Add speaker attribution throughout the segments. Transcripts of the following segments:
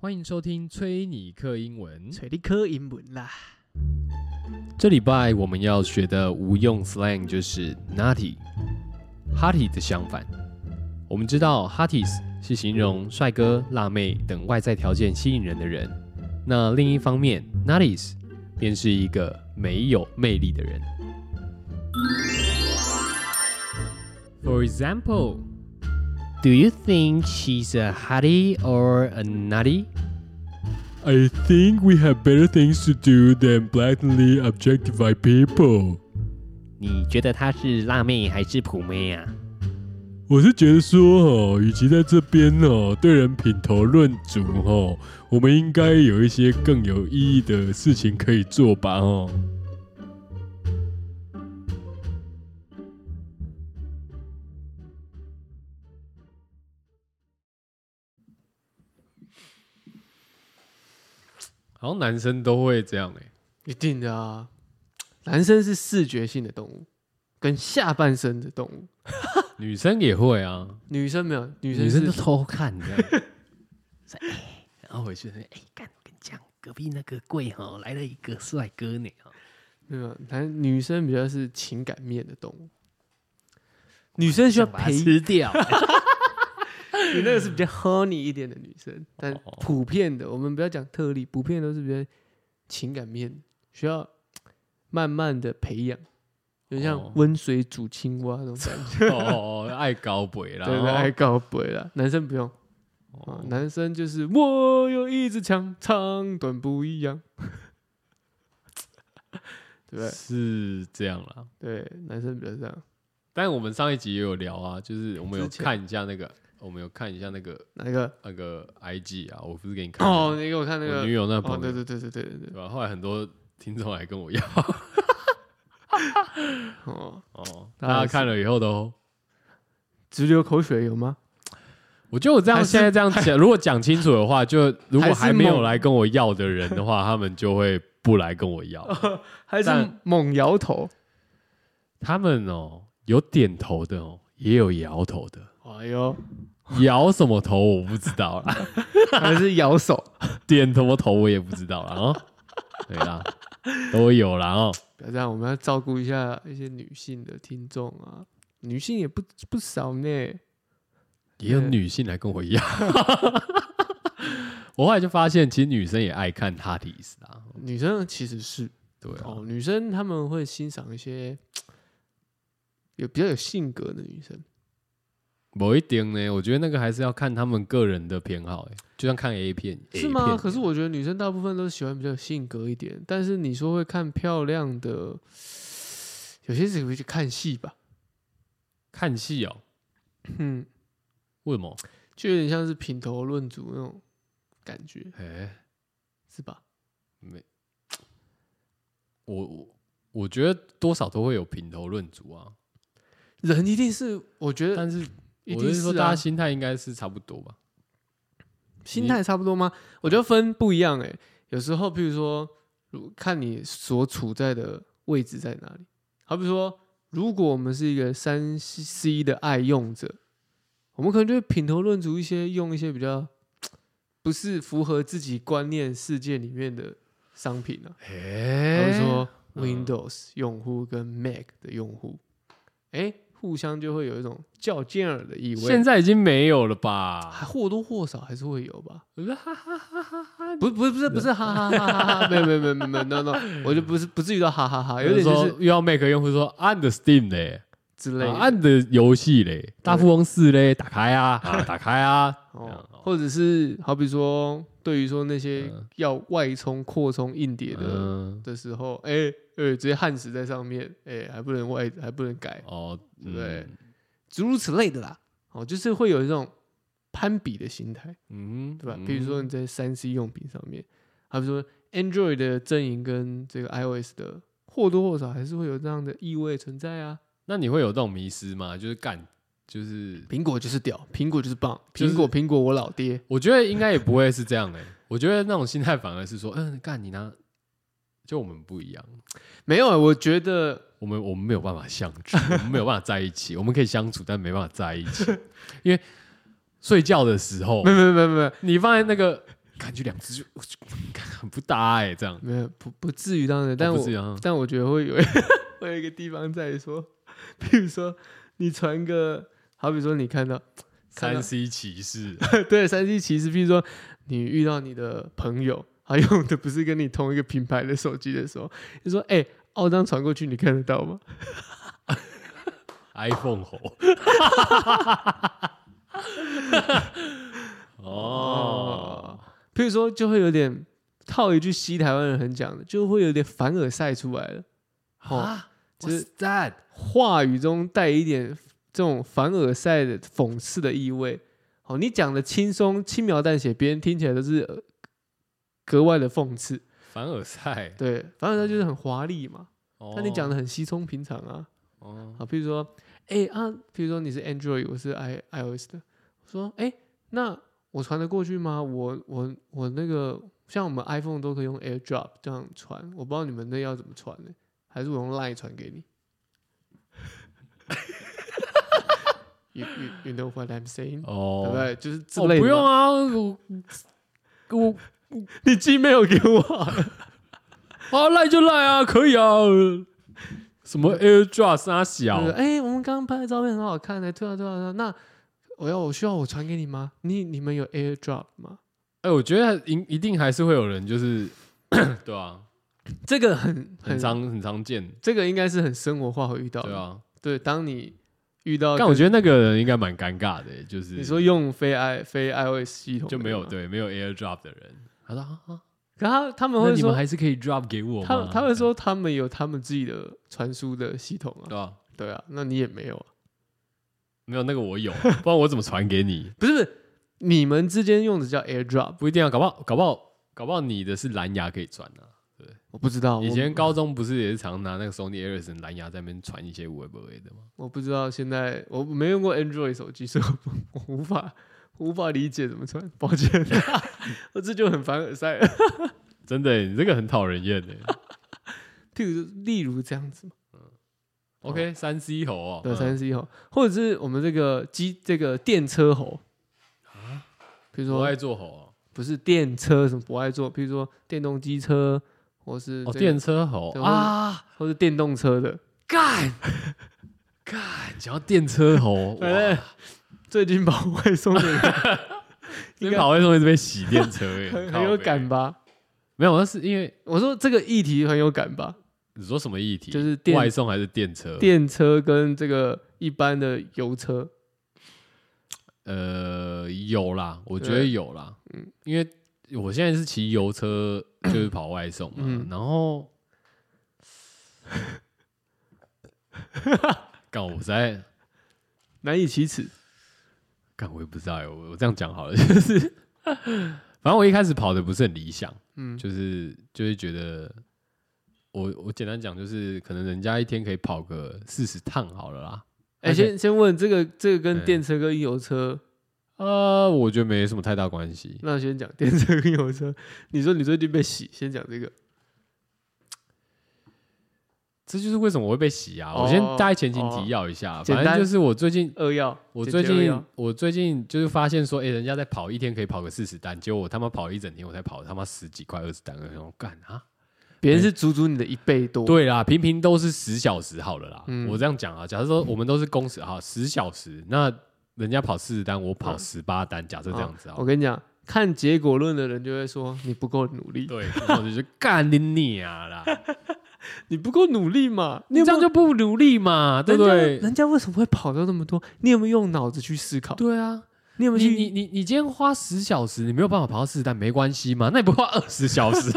Speaker 1: 欢迎收听崔尼克英文。
Speaker 2: 找你考英文啦。
Speaker 1: 这礼拜我们要学的无用 slang 就是 nutty、hotty 的相反。我们知道 hotties 是形容帅哥、辣妹等外在条件吸引人的人，那另一方面 nutties 便是一个没有魅力的人。For example, do you think she's a hottie or a nutty?
Speaker 3: I think we have better things to do than blatantly objectify people。
Speaker 1: 你觉得她是辣妹还是普妹啊？
Speaker 3: 我是觉得说哦，与其在这边哦对人品头论足哦，我们应该有一些更有意义的事情可以做吧哦。
Speaker 1: 好像男生都会这样哎、
Speaker 2: 一定的啊，男生是视觉性的动物，跟下半身的动物，
Speaker 1: 女生也会啊，
Speaker 2: 女生没有，女
Speaker 1: 女
Speaker 2: 生
Speaker 1: 生都
Speaker 2: 是
Speaker 1: 偷看这 样。然后回去说：“哎、干，我跟你讲，隔壁那个柜哈、来了一个帅哥呢、哦
Speaker 2: 没有，男女生比较是情感面的动物，女生需要
Speaker 1: 想把它
Speaker 2: 培，
Speaker 1: 吃掉。
Speaker 2: 你那个是比较 honey 一点的女生，但
Speaker 1: 哦
Speaker 2: 普遍的，我们不要讲特例，普遍都是比较情感面的，需要慢慢的培养，就
Speaker 1: 哦
Speaker 2: 像温水煮青蛙那种感 觉，
Speaker 1: 哦，爱搞鬼 啦，
Speaker 2: 对对，爱告白啦，男生不用。啊
Speaker 1: 哦，
Speaker 2: 男生就是我有一支枪，长短不一样， 对不
Speaker 1: 哦是这样啦。
Speaker 2: 对？对，男生比较这样。
Speaker 1: 但我们上一集也有聊啊，就是我们有
Speaker 2: 之前
Speaker 1: 看一下那个，我们有看一下那个
Speaker 2: 哪一个？
Speaker 1: 那个 IG 啊，我不是给你看
Speaker 2: 哦，你给我看那
Speaker 1: 我
Speaker 2: 个
Speaker 1: 女友那朋
Speaker 2: 哦，
Speaker 1: 友，
Speaker 2: 对对对对对对
Speaker 1: 对
Speaker 2: 对，
Speaker 1: 吧？后来很多听众来跟我要
Speaker 2: 哦，
Speaker 1: 哦，
Speaker 2: 当然
Speaker 1: 大家
Speaker 2: 是
Speaker 1: 看了以后都，
Speaker 2: 直流口水有吗？
Speaker 1: 我觉得我这样
Speaker 2: 还是
Speaker 1: 现在这样讲，如果讲清楚的话，就如果
Speaker 2: 还是
Speaker 1: 还没有
Speaker 2: 猛
Speaker 1: 来跟我要的人的话，他们就会不来跟我 要。
Speaker 2: 还是
Speaker 1: 但
Speaker 2: 猛摇头？
Speaker 1: 他们哦，有点头的哦，也有摇头的，
Speaker 2: 哎呦，
Speaker 1: 摇什么头我不知道啦，
Speaker 2: 还是摇手？
Speaker 1: 点什么头我也不知道啦。哦。对 啦，都有啦哦。
Speaker 2: 不要这样，我们要照顾一下一些女性的听众啊，女性也不不少呢。
Speaker 1: 也有
Speaker 2: 对
Speaker 1: 女性来跟我要。 我后来就发现，其实女生也爱看 Hotties 啊，
Speaker 2: 女生其实是
Speaker 1: 对啊，
Speaker 2: 哦，女生她们会欣赏一些有比较有性格的女生。
Speaker 1: 某一点呢，我觉得那个还是要看他们个人的偏好、欸，就像看 A 片
Speaker 2: 是吗？可是我觉得女生大部分都喜欢比较有性格一点，但是你说会看漂亮的，有些只会去看戏吧，
Speaker 1: 看戏哦、
Speaker 2: 嗯，
Speaker 1: 为什么？
Speaker 2: 就有点像是品头论足那种感觉，
Speaker 1: 哎、
Speaker 2: 是吧？
Speaker 1: 我我我觉得多少都会有评头论足啊，
Speaker 2: 人一定是，我觉得
Speaker 1: 但是
Speaker 2: 一
Speaker 1: 我
Speaker 2: 定
Speaker 1: 是说
Speaker 2: 啊
Speaker 1: 大家心态应该是差不多吧。
Speaker 2: 心态差不多吗？我觉得分不一样诶、欸有时候，譬如说，如看你所处在的位置在哪里。好比说，如果我们是一个三 C 的爱用者，我们可能就会品头论足一些，用一些比较不是符合自己观念世界里面的商品啊。
Speaker 1: 哎
Speaker 2: 比如说
Speaker 1: 嗯
Speaker 2: Windows 用户跟 Mac 的用户，哎、互相就会有一种较劲儿的意味。
Speaker 1: 现在已经没有了
Speaker 2: 还
Speaker 1: 吧？
Speaker 2: 或多或少还是会有吧。
Speaker 1: 我说哈哈哈哈哈，
Speaker 2: 不不是不是不是哈哈哈哈哈，没有没有没有没有没有 no no，我就不是不至于到哈哈哈，有点就
Speaker 1: 说
Speaker 2: 是
Speaker 1: 又要 make 用户说按的 Steam 嘞，
Speaker 2: 之类
Speaker 1: 啊
Speaker 2: 的
Speaker 1: 按的游戏嘞，大富翁四嘞，打开啊，啊打开啊，这样
Speaker 2: 哦，
Speaker 1: 哦
Speaker 2: 或者是好比说对于说那些
Speaker 1: 嗯
Speaker 2: 要外充扩充硬碟的
Speaker 1: 嗯，
Speaker 2: 的时候，哎呃直接焊死在上面，哎还不能外还不能改，
Speaker 1: 哦，
Speaker 2: 对不对
Speaker 1: 嗯？
Speaker 2: 诸如此类的啦，哦就是会有一种攀比的心态，
Speaker 1: 嗯，
Speaker 2: 对吧？
Speaker 1: 嗯
Speaker 2: 比如说你在三 C 用品上面，好比说 Android 的阵营跟这个 iOS 的或多或少还是会有这样的意味存在啊。
Speaker 1: 那你会有这种迷失吗？就是干，就是
Speaker 2: 苹果就是屌，苹果就是棒，
Speaker 1: 就是
Speaker 2: 苹果苹果我老爹，
Speaker 1: 我觉得应该也不会是这样哎、我觉得那种心态反而是说，嗯，干你拿，就我们不一样，
Speaker 2: 没有，我觉得
Speaker 1: 我们我们没有办法相 处，我们没有办法在一起，我们可以相处，但没办法在一起，因为睡觉的时候
Speaker 2: 没有没有没有没有，
Speaker 1: 你放在那个看就两只就很不搭哎、这样。
Speaker 2: 没有不不至于当然，但
Speaker 1: 哦
Speaker 2: 我
Speaker 1: 不至于啊
Speaker 2: 但我觉得会有会有一个地方在于说， 比如说你传个，好比说你看到 看到
Speaker 1: 三 C 骑士，
Speaker 2: 对三 C 其实，比如说你遇到你的朋友，他用的不是跟你同一个品牌的手机的时候，你说哎、奥张传过去，你看得到吗？
Speaker 1: iPhone 猴。 哦，
Speaker 2: 譬如说就会有点套一句西台湾人很讲的，就会有点凡尔赛出来了，哦，
Speaker 1: 啊，
Speaker 2: 就
Speaker 1: 就是是 that
Speaker 2: 话语中带一点这种凡尔赛的讽刺的意味。哦，你讲的轻松轻描淡写，别人听起来都是呃格外的讽刺。
Speaker 1: 凡尔赛。
Speaker 2: 对，凡尔赛就是很华丽嘛，但你讲
Speaker 1: 的
Speaker 2: 的很稀松平常啊。
Speaker 1: 哦，
Speaker 2: 啊，比如说，哎、啊，比如说你是 Android，我是 i iOS 的，我说，哎、那我传得过去吗？我我我那个，像我们 iPhone 都可以用 AirDrop 这样传，我不知道你们那要怎么传呢、还是我用 Line 传给你？You you you know what I'm saying？、
Speaker 1: 哦
Speaker 2: 对不对？就是之
Speaker 1: 哦
Speaker 2: 类的嘛、
Speaker 1: 不用啊，我 我
Speaker 2: 你 Gmail 给我，
Speaker 1: 啊赖就赖啊，可以啊。呃什么 AirDrop 沙小
Speaker 2: 就是，哎、我们刚刚拍的照片很好看的、对啊对啊对啊，那我要我需要我传给你吗？你你们有 AirDrop 吗？
Speaker 1: 哎、我觉得一一定还是会有人就是 对啊，
Speaker 2: 这个很
Speaker 1: 很，常很常见，
Speaker 2: 这个应该是很生活化会遇到的。
Speaker 1: 对啊。
Speaker 2: 对，当你遇到跟，
Speaker 1: 但我觉得那个人应该蛮尴尬的、就是
Speaker 2: 你说用非 i 非 iOS 系统
Speaker 1: 就没有
Speaker 2: 的人
Speaker 1: 对
Speaker 2: 吗，啊
Speaker 1: 没有 AirDrop 的人，他说啊啊，
Speaker 2: 可他他们
Speaker 1: 那
Speaker 2: 会
Speaker 1: 你们
Speaker 2: 说，
Speaker 1: 还是可以 drop 给我吗？啊
Speaker 2: 他他们说他们有他们自己的传输的系统啊
Speaker 1: 对，吧、
Speaker 2: 对啊，那你也没有啊，
Speaker 1: 没有那个我有，不然我怎么传给你？
Speaker 2: 不是不是，你们之间用的叫 AirDrop，
Speaker 1: 不一定啊，搞不好搞不好搞不好你的是蓝牙可以传啊。
Speaker 2: 我不知道，
Speaker 1: 以前高中不是也是常拿那个 Sony Ericsson 蓝牙在那边传一些微博的吗？
Speaker 2: 我我不知道现在我没用过 Android 手机，所以我 不我无法无法理解怎么传，抱歉， 我这就很凡尔赛了。
Speaker 1: 真的欸、你这个很讨人厌 的。
Speaker 2: 譬如例如这样子。
Speaker 1: OK，三 C 猴哦，
Speaker 2: 对，
Speaker 1: 嗯
Speaker 2: 三十一猴，或者是我们这个机这个电车猴啊，比如
Speaker 1: 不
Speaker 2: 说
Speaker 1: 爱做猴哦，
Speaker 2: 不是电车什么不爱坐，比如说电动机车，或是、
Speaker 1: 哦电，车猴
Speaker 2: 对
Speaker 1: 啊，
Speaker 2: 或是电动车的。
Speaker 1: 干干，讲到电车猴，
Speaker 2: 对对
Speaker 1: 哇，
Speaker 2: 哎最近把外送 的人
Speaker 1: 这
Speaker 2: 应该
Speaker 1: 跑会从这边洗电车欸，
Speaker 2: 很
Speaker 1: 靠
Speaker 2: 很有
Speaker 1: 北
Speaker 2: 感。吧？
Speaker 1: 没有，那是因为
Speaker 2: 我说这个议题很有感吧？
Speaker 1: 你说什么议题？
Speaker 2: 就是电
Speaker 1: 外送还是电车？
Speaker 2: 电车跟这个一般的油车，
Speaker 1: 呃，有啦，我觉
Speaker 2: 对
Speaker 1: 得有啦，嗯，因为我现在是骑油车，就是跑外送嘛，
Speaker 2: 嗯
Speaker 1: 然 后，干我实在
Speaker 2: 难以启齿。
Speaker 1: 干我也不知道欸，我我这样讲好了，就是，反正我一开始跑的不是很理想，
Speaker 2: 嗯，
Speaker 1: 就是就会觉得，我我简单讲就是，可能人家一天可以跑个四十趟好了啦，
Speaker 2: 哎、
Speaker 1: 而且
Speaker 2: 先先问这个这个跟
Speaker 1: 嗯
Speaker 2: 电车跟油车，
Speaker 1: 呃，我觉得没什么太大关系，
Speaker 2: 那先讲电车跟油车。你说你最近被洗，先讲这个。
Speaker 1: 这就是为什么我会被洗啊！
Speaker 2: 哦
Speaker 1: 我先大概前情提要一下，啊
Speaker 2: 简
Speaker 1: 反
Speaker 2: 单
Speaker 1: 正就是我最近，
Speaker 2: 扼要，
Speaker 1: 我
Speaker 2: 简
Speaker 1: 最
Speaker 2: 洁扼哦要
Speaker 1: 近，我最近就是发现说，哎，人家在跑一天可以跑个四十单，结果我他妈跑一整天，我才跑他妈十几块、二十单，我想说干啊！
Speaker 2: 别人是足足你的一倍多。，
Speaker 1: 对啦，平平都是十小时好了啦。
Speaker 2: 嗯
Speaker 1: 我这样讲啊，假设说我们都是工时哈，十小时，那人家跑四十单，我跑
Speaker 2: 嗯
Speaker 1: 十八单，假设这样子啊
Speaker 2: 我，跟你讲，看结果论的人就会说你不够努力，
Speaker 1: 对，然后我就是干你你啊啦，
Speaker 2: 你不够努力嘛？ 你
Speaker 1: 你
Speaker 2: 有
Speaker 1: 这
Speaker 2: 没
Speaker 1: 样
Speaker 2: 有
Speaker 1: 就不努力嘛，对不
Speaker 2: 人
Speaker 1: 对
Speaker 2: 家？人家为什么会跑到那么多？你有没有用脑子去思考？
Speaker 1: 对啊，
Speaker 2: 你有没有
Speaker 1: 你
Speaker 2: 去？
Speaker 1: 你你你今天花十小时，你没有办法跑到四十单，没关系嘛？那你不花二十小 时？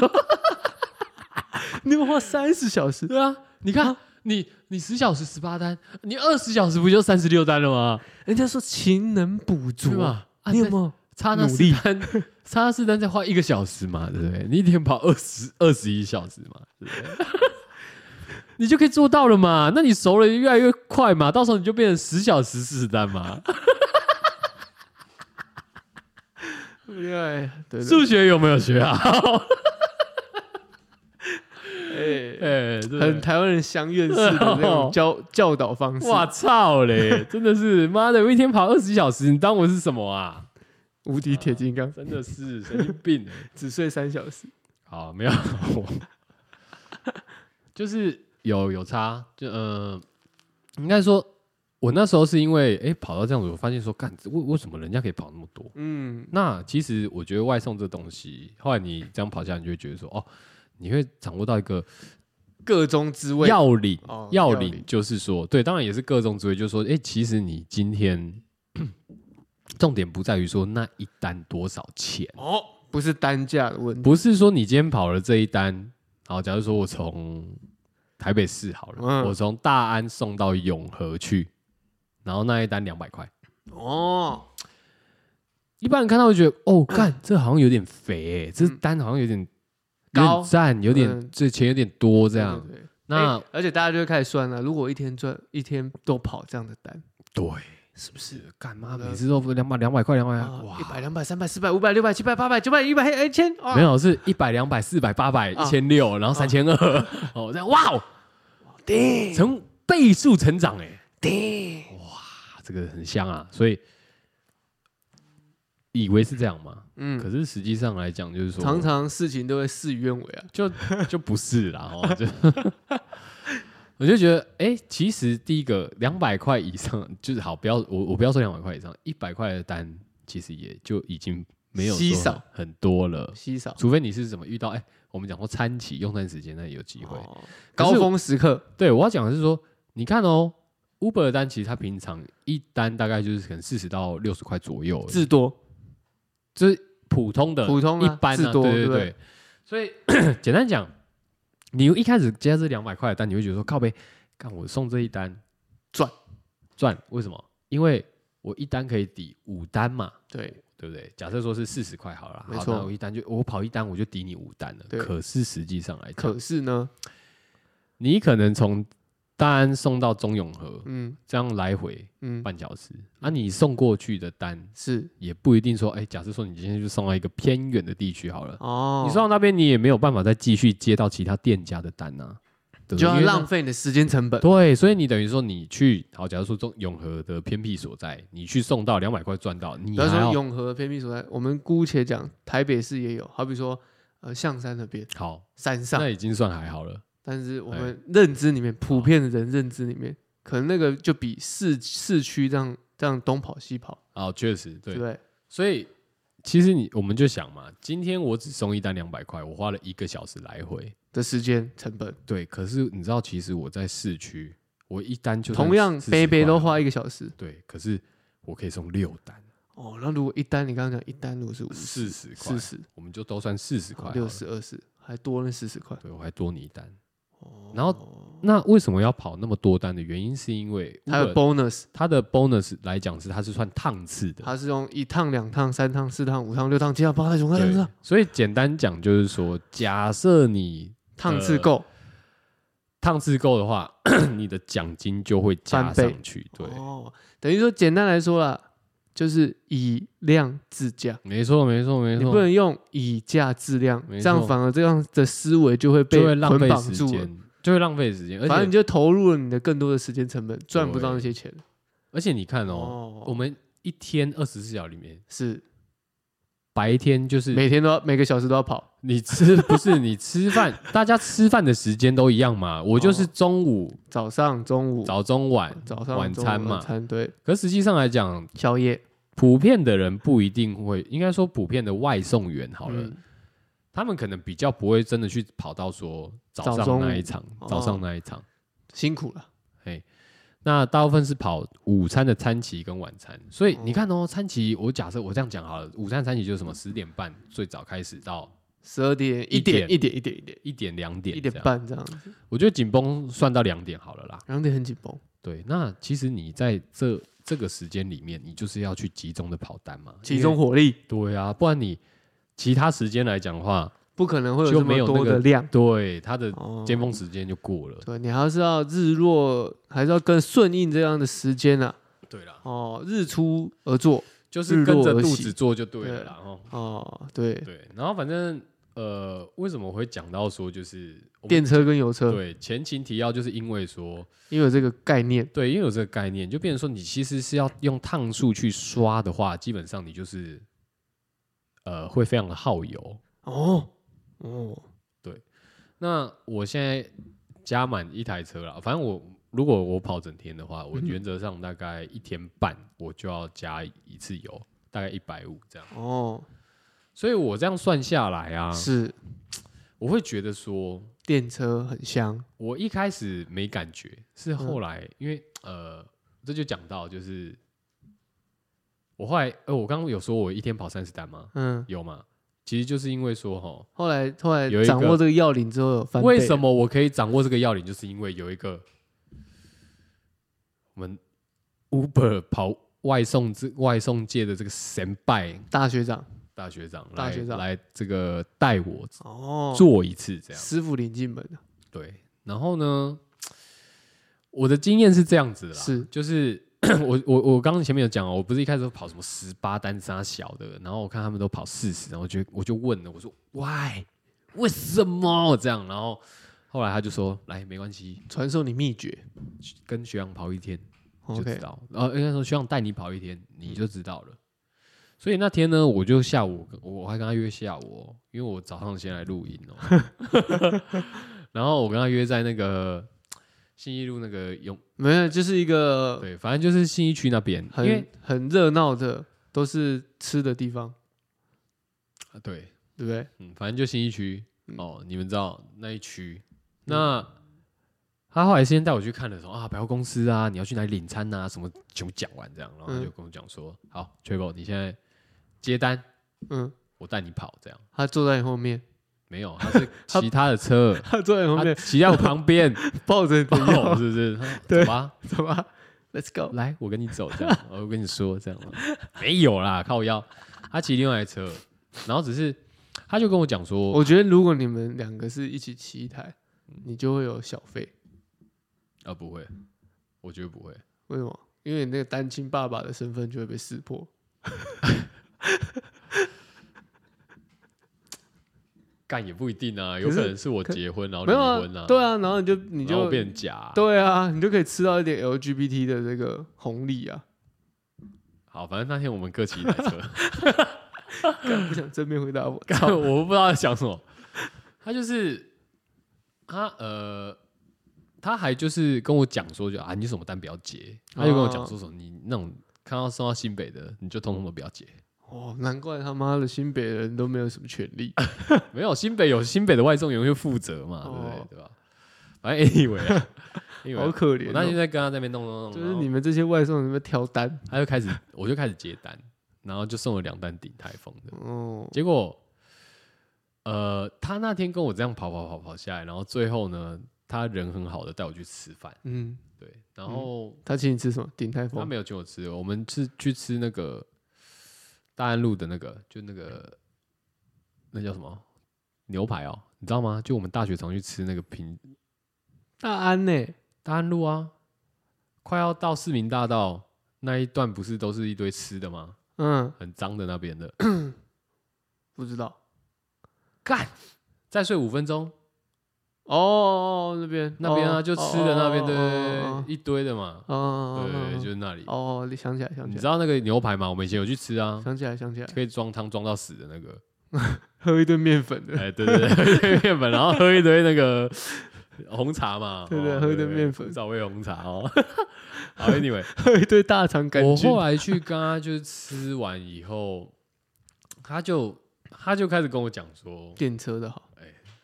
Speaker 2: 你有没有花三十小时？
Speaker 1: 对啊，你看、你你十小时十八单，你二十小时不就三十六单了吗？
Speaker 2: 人家说勤能补
Speaker 1: 对
Speaker 2: 拙，
Speaker 1: 吧？啊
Speaker 2: 你有
Speaker 1: 再
Speaker 2: 没有？
Speaker 1: 差那
Speaker 2: 努
Speaker 1: 四
Speaker 2: 力
Speaker 1: 单， 差那四单再花一个小时嘛，对不对？你一天跑二十二十一小时嘛，对不 对？你就可以做到了嘛？那你熟了越来越快嘛，到时候你就变成十小时四十单 嘛。
Speaker 2: 对哎对
Speaker 1: 数学有没有学啊好？
Speaker 2: 对，哎，
Speaker 1: 哎、对不对哦
Speaker 2: 很台湾人乡愿式的那种教教导 方式。
Speaker 1: 我操嘞！真的是妈的，我一天跑二十小时，你当我是什么啊？
Speaker 2: 无敌铁金刚，
Speaker 1: 真的是神经病欸。
Speaker 2: 只睡三小时。
Speaker 1: 好，没有 我，就是有有差，就呃，应该说，我那时候是因为哎、诶跑到这样子，我发现说，干为为什么人家可以跑那么多？
Speaker 2: 嗯，
Speaker 1: 那其实我觉得外送这东西，后来你这样跑下来，你就会觉得说，哦，你会掌握到一个
Speaker 2: 各中滋味。
Speaker 1: 要领，
Speaker 2: 哦
Speaker 1: 要领，就是说，对，当然也是各种职位，就是说，哎、其实你今天重点不在于说那一单多少钱。
Speaker 2: 哦，不是单价的问题。
Speaker 1: 不是说你今天跑了这一单，好，假如说我从台北市好了，
Speaker 2: 嗯
Speaker 1: 我从大安送到永和去，然后那一单两百块，
Speaker 2: 哦，
Speaker 1: 一般人看到会觉得， 哦，干，这好像有点肥、欸，这
Speaker 2: 嗯
Speaker 1: 单好像有点有
Speaker 2: 高
Speaker 1: 点占，有点
Speaker 2: 嗯
Speaker 1: 这钱有点多这
Speaker 2: 这
Speaker 1: 样。
Speaker 2: 对对
Speaker 1: 那、
Speaker 2: 哎而且大家就会开始算了，如果一天赚一天都跑这样的单，
Speaker 1: 对，
Speaker 2: 是不是？
Speaker 1: 干妈
Speaker 2: 好的
Speaker 1: 每次都两百两百块两百，
Speaker 2: 嗯啊，一
Speaker 1: 哇，
Speaker 2: 百、两百、三百、四百、五百、六百、七百、八百、九百、一百、一千，哇
Speaker 1: 没有是一百两百四百八百一
Speaker 2: 啊
Speaker 1: 千六，然后三千二， 哦，这样哇哦，
Speaker 2: ，damn
Speaker 1: 成倍数成长哎、
Speaker 2: damn，
Speaker 1: 这个很香啊，所以以为是这样嘛，可
Speaker 2: 嗯，
Speaker 1: 是实际上来讲，就是说
Speaker 2: 常常事情都会事与愿违啊。
Speaker 1: 就就不是啦，哦，就 我就觉得，哎、其实第一个两百块以上就是好，不要我我不要说两百块以上，一百块的单其实也就已经没有说
Speaker 2: 稀少
Speaker 1: 很多了，
Speaker 2: 稀少
Speaker 1: 除非你是怎么遇到，哎、我们讲过餐期用餐时间，那也有机会。
Speaker 2: 哦
Speaker 1: 可是
Speaker 2: 高峰时刻，
Speaker 1: 对我要讲的是说，你看哦。Uber 的单其实它平常一单大概就是可能四十到六十块左右而已，
Speaker 2: 至多
Speaker 1: 就是普通的、
Speaker 2: 普通啊
Speaker 1: 一般
Speaker 2: 至
Speaker 1: 啊，
Speaker 2: 多
Speaker 1: 对
Speaker 2: 对不
Speaker 1: 对。所以 简单讲，你一开始接这两百块的单，你会觉得说靠背，看我送这一单
Speaker 2: 赚
Speaker 1: 赚，为什么？因为我一单可以抵五单嘛，
Speaker 2: 对，
Speaker 1: 对不对？假设说是四十块好了，
Speaker 2: 没
Speaker 1: 好
Speaker 2: 错
Speaker 1: 那我一单就我跑一单我就抵你五单了。
Speaker 2: 对
Speaker 1: 可是实际上来讲，
Speaker 2: 可是呢，
Speaker 1: 你可能从大安送到中永和，
Speaker 2: 嗯
Speaker 1: 这样来回
Speaker 2: 嗯，
Speaker 1: 半小时，啊，你送过去的单
Speaker 2: 是
Speaker 1: 也不一定说，哎，假设说你今天就送到一个偏远的地区好了。
Speaker 2: 哦，
Speaker 1: 你送到那边，你也没有办法再继续接到其他店家的单啊，对不对
Speaker 2: 就要
Speaker 1: 因为那
Speaker 2: 浪费你的时间成本，
Speaker 1: 对，所以你等于说你去，好，假如说中永和的偏僻所在，你去送到两百块赚到，你
Speaker 2: 不要
Speaker 1: 还
Speaker 2: 说
Speaker 1: 要
Speaker 2: 永和偏僻所在，我们姑且讲台北市也有，好比说呃象山那边
Speaker 1: 好，
Speaker 2: 山上
Speaker 1: 那，已经算还好了。
Speaker 2: 但是我
Speaker 1: 哎
Speaker 2: 们认知里面普遍的人认知里
Speaker 1: 哦
Speaker 2: 面，可能那个就比市市区这样这样东跑西跑，
Speaker 1: 哦，确实对
Speaker 2: 对不，对？
Speaker 1: 所以其实你我们就想嘛，今天我只送一单两百块，我花了一个小时来回，
Speaker 2: 的时间成本，
Speaker 1: 对。可是你知道，其实我在市区，我一单就算
Speaker 2: 同样
Speaker 1: 40
Speaker 2: 杯杯都
Speaker 1: 块啊
Speaker 2: 花一个小时。
Speaker 1: 对，可是我可以送六单，
Speaker 2: 哦，那如果一单你刚刚讲一单如果是五
Speaker 1: 四
Speaker 2: 十、
Speaker 1: 十块
Speaker 2: 四，十、哦
Speaker 1: 我们就都算四十块好了，
Speaker 2: 六十、二十，还多那四十块。
Speaker 1: 对我还多你一单。
Speaker 2: 哦
Speaker 1: 然那为什么要跑那么多单的原因，是因为
Speaker 2: 还有
Speaker 1: Uber
Speaker 2: bonus，
Speaker 1: 它的 bonus 来讲是它是算趟次的，
Speaker 2: 它是用一趟、两趟、三趟、四趟、五趟、六趟、七趟、八趟、九趟、十
Speaker 1: 对
Speaker 2: 趟，，
Speaker 1: 所以简单讲就是说，假设你
Speaker 2: 趟次够。
Speaker 1: 趟次够的话， 你的奖金就会加
Speaker 2: 翻倍
Speaker 1: 上去，对，
Speaker 2: 哦，等于说简单来说啦，就是以量制价。
Speaker 1: 没错，没错，没
Speaker 2: 你不
Speaker 1: 错，
Speaker 2: 能用以价质量，
Speaker 1: 没
Speaker 2: 这样
Speaker 1: 错
Speaker 2: 反而这样的思维就会被
Speaker 1: 就会浪
Speaker 2: 捆
Speaker 1: 费
Speaker 2: 绑
Speaker 1: 时
Speaker 2: 住了。
Speaker 1: 间，就会浪费时间，而
Speaker 2: 反正你
Speaker 1: 且
Speaker 2: 就投入了你的更多的时间成本，赚不到那些钱。
Speaker 1: 而且你看哦，我
Speaker 2: 哦，
Speaker 1: 们一天二十四小时里面，
Speaker 2: 是
Speaker 1: 白天就是
Speaker 2: 每天都要每个小时都要跑，
Speaker 1: 你吃不是你吃饭， 大家吃饭的时间都一样嘛，我就是
Speaker 2: 哦
Speaker 1: 中午、
Speaker 2: 早上、中午、
Speaker 1: 早、中、晚。
Speaker 2: 早上、
Speaker 1: 晚
Speaker 2: 中午
Speaker 1: 餐嘛
Speaker 2: 晚餐对，
Speaker 1: 可实际上来讲，
Speaker 2: 宵夜
Speaker 1: 普遍的人不一定会，应该说普遍的外送员好了，
Speaker 2: 嗯
Speaker 1: 他们可能比较不会真的去跑到说早
Speaker 2: 早
Speaker 1: 上
Speaker 2: 中
Speaker 1: 那一场，
Speaker 2: 哦
Speaker 1: 早上那一场，
Speaker 2: 辛苦了。
Speaker 1: 嘿，那大部分是跑午餐的餐期跟晚餐，所以你看哦，餐期我假设我这样讲好了，午餐餐期就是什么十点半最早开始到
Speaker 2: 十二点、
Speaker 1: 一
Speaker 2: 一
Speaker 1: 点
Speaker 2: 点、一点、一点、一点、
Speaker 1: 一点两点
Speaker 2: 一
Speaker 1: 这
Speaker 2: 点
Speaker 1: 样，
Speaker 2: 半这样子，
Speaker 1: 我觉得紧绷算到两点好了啦。
Speaker 2: 两点很紧绷，
Speaker 1: 对，那其实你在这这个时间里面，你就是要去集中的跑单嘛，
Speaker 2: 集
Speaker 1: 因为
Speaker 2: 中火力
Speaker 1: 对啊，不然你其他时间来讲的话，
Speaker 2: 不可能会
Speaker 1: 就
Speaker 2: 有这
Speaker 1: 没有
Speaker 2: 么
Speaker 1: 那
Speaker 2: 多
Speaker 1: 个
Speaker 2: 的量。
Speaker 1: 对它的
Speaker 2: 哦
Speaker 1: 尖峰时间就过了。
Speaker 2: 对你还是要日落，还是要更顺应这样的时间啊。
Speaker 1: 对啦，
Speaker 2: 哦，日出而作。
Speaker 1: 就是跟着
Speaker 2: 日落而
Speaker 1: 肚
Speaker 2: 息
Speaker 1: 子做就对了啦。哦，
Speaker 2: 哦，对，
Speaker 1: 对，然后反正呃，为什么我会讲到说就是我们
Speaker 2: 电车跟油车，
Speaker 1: 对前情提要，就是因为说
Speaker 2: 因为有这个概念，
Speaker 1: 对，因为有这个概念，就变成说你其实是要用趟数去刷的话，基本上你就是呃会非常的耗油。
Speaker 2: 哦哦，
Speaker 1: 那我现在加满一台车了，反正我如果我跑整天的话，我
Speaker 2: 嗯
Speaker 1: 原则上大概一天半我就要加一次油，大概一百五这样。
Speaker 2: 哦，
Speaker 1: 所以我这样算下来啊，
Speaker 2: 是
Speaker 1: 我会觉得说，
Speaker 2: 电车很香，
Speaker 1: 我一开始没感觉，是后
Speaker 2: 嗯
Speaker 1: 来、因为呃，这就讲到就是我后来，呃，我刚刚有说我一天跑三十单吗？
Speaker 2: 嗯。
Speaker 1: 有吗？其实就是因为说哈，
Speaker 2: 后来后来
Speaker 1: 有一个
Speaker 2: 掌握这个要领之后有翻倍，
Speaker 1: 为什？么我可以掌握这个要领，就是因为有一个我们 Uber 跑外送这外送界的这个神拜
Speaker 2: 大学长
Speaker 1: 大学长来，
Speaker 2: 大学长
Speaker 1: 来这个带我
Speaker 2: 哦，
Speaker 1: 做一次这样。
Speaker 2: 师傅领进门了
Speaker 1: 对，然后呢，我的经验是这样子啦，
Speaker 2: 是
Speaker 1: 就是 我我我刚刚前面有讲哦，我不是一开始跑什么十八单杀小的，然后我看他们都跑四十，然后我就我就问了，我说 why 为什么这样？然后后来他就说，来没关系，
Speaker 2: 传授你秘诀
Speaker 1: 跟学长跑一天就知
Speaker 2: ，OK，嗯
Speaker 1: 道，然后应该说学长带你跑一天，你就知道了。所以那天呢，我就下午我还跟他约下午、哦，因为我早上先来录音哦。 然后我跟他约在那个信义路那个永
Speaker 2: 没有，就是一个
Speaker 1: 对，反正就是信义区那边，因为
Speaker 2: 呃很很热闹的，都是吃的地方，
Speaker 1: 啊对，
Speaker 2: 对不对？
Speaker 1: 嗯，反正就信义区
Speaker 2: 嗯
Speaker 1: 哦，你们知道那一区。那他后来先带我去看的时候啊，百货公司啊，你要去哪里领餐啊，什么全部讲完这样，然后他就跟我讲说，好 t r i p l e 你现在接单，
Speaker 2: 嗯，
Speaker 1: 我带你跑这样。
Speaker 2: 他坐在你后面，
Speaker 1: 没有， 他是骑他的车，
Speaker 2: 他坐在你后
Speaker 1: 他
Speaker 2: 面
Speaker 1: 骑在我旁 边，
Speaker 2: 抱着你的
Speaker 1: 哦，
Speaker 2: 腰，
Speaker 1: 是不是？他说
Speaker 2: 对
Speaker 1: 走吧，
Speaker 2: 走吧，Let's go，
Speaker 1: 来，我跟你走，这样，我跟你说，这样，没有啦，靠腰，他骑另外一台车，然后只是，他就跟我讲说，
Speaker 2: 我觉得如果你们两个是一起骑一台，
Speaker 1: 嗯
Speaker 2: 你就会有小费。
Speaker 1: 啊，不会，我觉得不会，
Speaker 2: 为什么？因为你那个单亲爸爸的身份就会被识破。
Speaker 1: 干也不一定啊，有可
Speaker 2: 可是
Speaker 1: 能是我
Speaker 2: 可
Speaker 1: 结婚然后
Speaker 2: 没
Speaker 1: 哦离
Speaker 2: 有啊
Speaker 1: 婚，
Speaker 2: 对，啊，然后你就你
Speaker 1: 你就
Speaker 2: 就
Speaker 1: 变成假啊，
Speaker 2: 对啊，你就可以吃到一点 LGBT 的这个红利啊。
Speaker 1: 好，反正那天我们各骑一台 车，
Speaker 2: 干不想正面回答我，
Speaker 1: 干我不知道在想什么，他就是他呃，他还就是跟我讲说就啊，你什么单不要接，他就跟我讲说什么你那种看到送到新北的，你就通通都不要接，
Speaker 2: 哦，难怪他妈的新北人都没有什么权利。
Speaker 1: 没有新北有新北的外送员会负责嘛，对不对？
Speaker 2: 哦
Speaker 1: 对吧？反正 anyway，啊 anyway 啊
Speaker 2: 好可怜
Speaker 1: 我
Speaker 2: 哦、
Speaker 1: 那天哦在跟他在那边弄弄弄，
Speaker 2: 就是
Speaker 1: 然后
Speaker 2: 你们这些外送人在那边挑单
Speaker 1: 他就开始我就开始接单，然后就送了两单顶台风的，
Speaker 2: 哦，
Speaker 1: 结果，呃，他那天跟我这样跑跑跑跑下来，然后最后呢，他人很好的带我去吃饭，
Speaker 2: 嗯，
Speaker 1: 对，然后
Speaker 2: 他请你吃什么？鼎泰
Speaker 1: 他
Speaker 2: 丰
Speaker 1: 没有请我吃，我们是去吃那个大安路的那个，就那个那叫什么牛排哦，你知道吗？就我们大学常去吃那个平
Speaker 2: 大安呢、
Speaker 1: 大安路啊，快要到市民大道那一段，不是都是一堆吃的吗？
Speaker 2: 嗯，
Speaker 1: 很脏的那边的，
Speaker 2: 不知道
Speaker 1: 干，再睡五分钟，
Speaker 2: 哦哦，哦那边
Speaker 1: 那边啊，就吃的那边
Speaker 2: 哦
Speaker 1: 的一堆的嘛，
Speaker 2: 哦，
Speaker 1: 对，就是那里。
Speaker 2: 哦，你想起来，想
Speaker 1: 你
Speaker 2: 起
Speaker 1: 知
Speaker 2: 来，
Speaker 1: 道那个牛排吗？我们以前有去吃啊，
Speaker 2: 想起来，想起来，
Speaker 1: 可以装汤装到死的那 个，
Speaker 2: 喝一顿面粉的，
Speaker 1: 哎，对对对，对面粉，然后喝一堆那个红茶嘛，
Speaker 2: 对对
Speaker 1: 哦
Speaker 2: 喝一堆面粉
Speaker 1: 古早味红茶哦。 好，Anyway，
Speaker 2: 喝一堆大肠杆
Speaker 1: 我
Speaker 2: 菌
Speaker 1: 后，来去 跟他就是吃完以后，他就他就开始跟我讲说，
Speaker 2: 电车的好。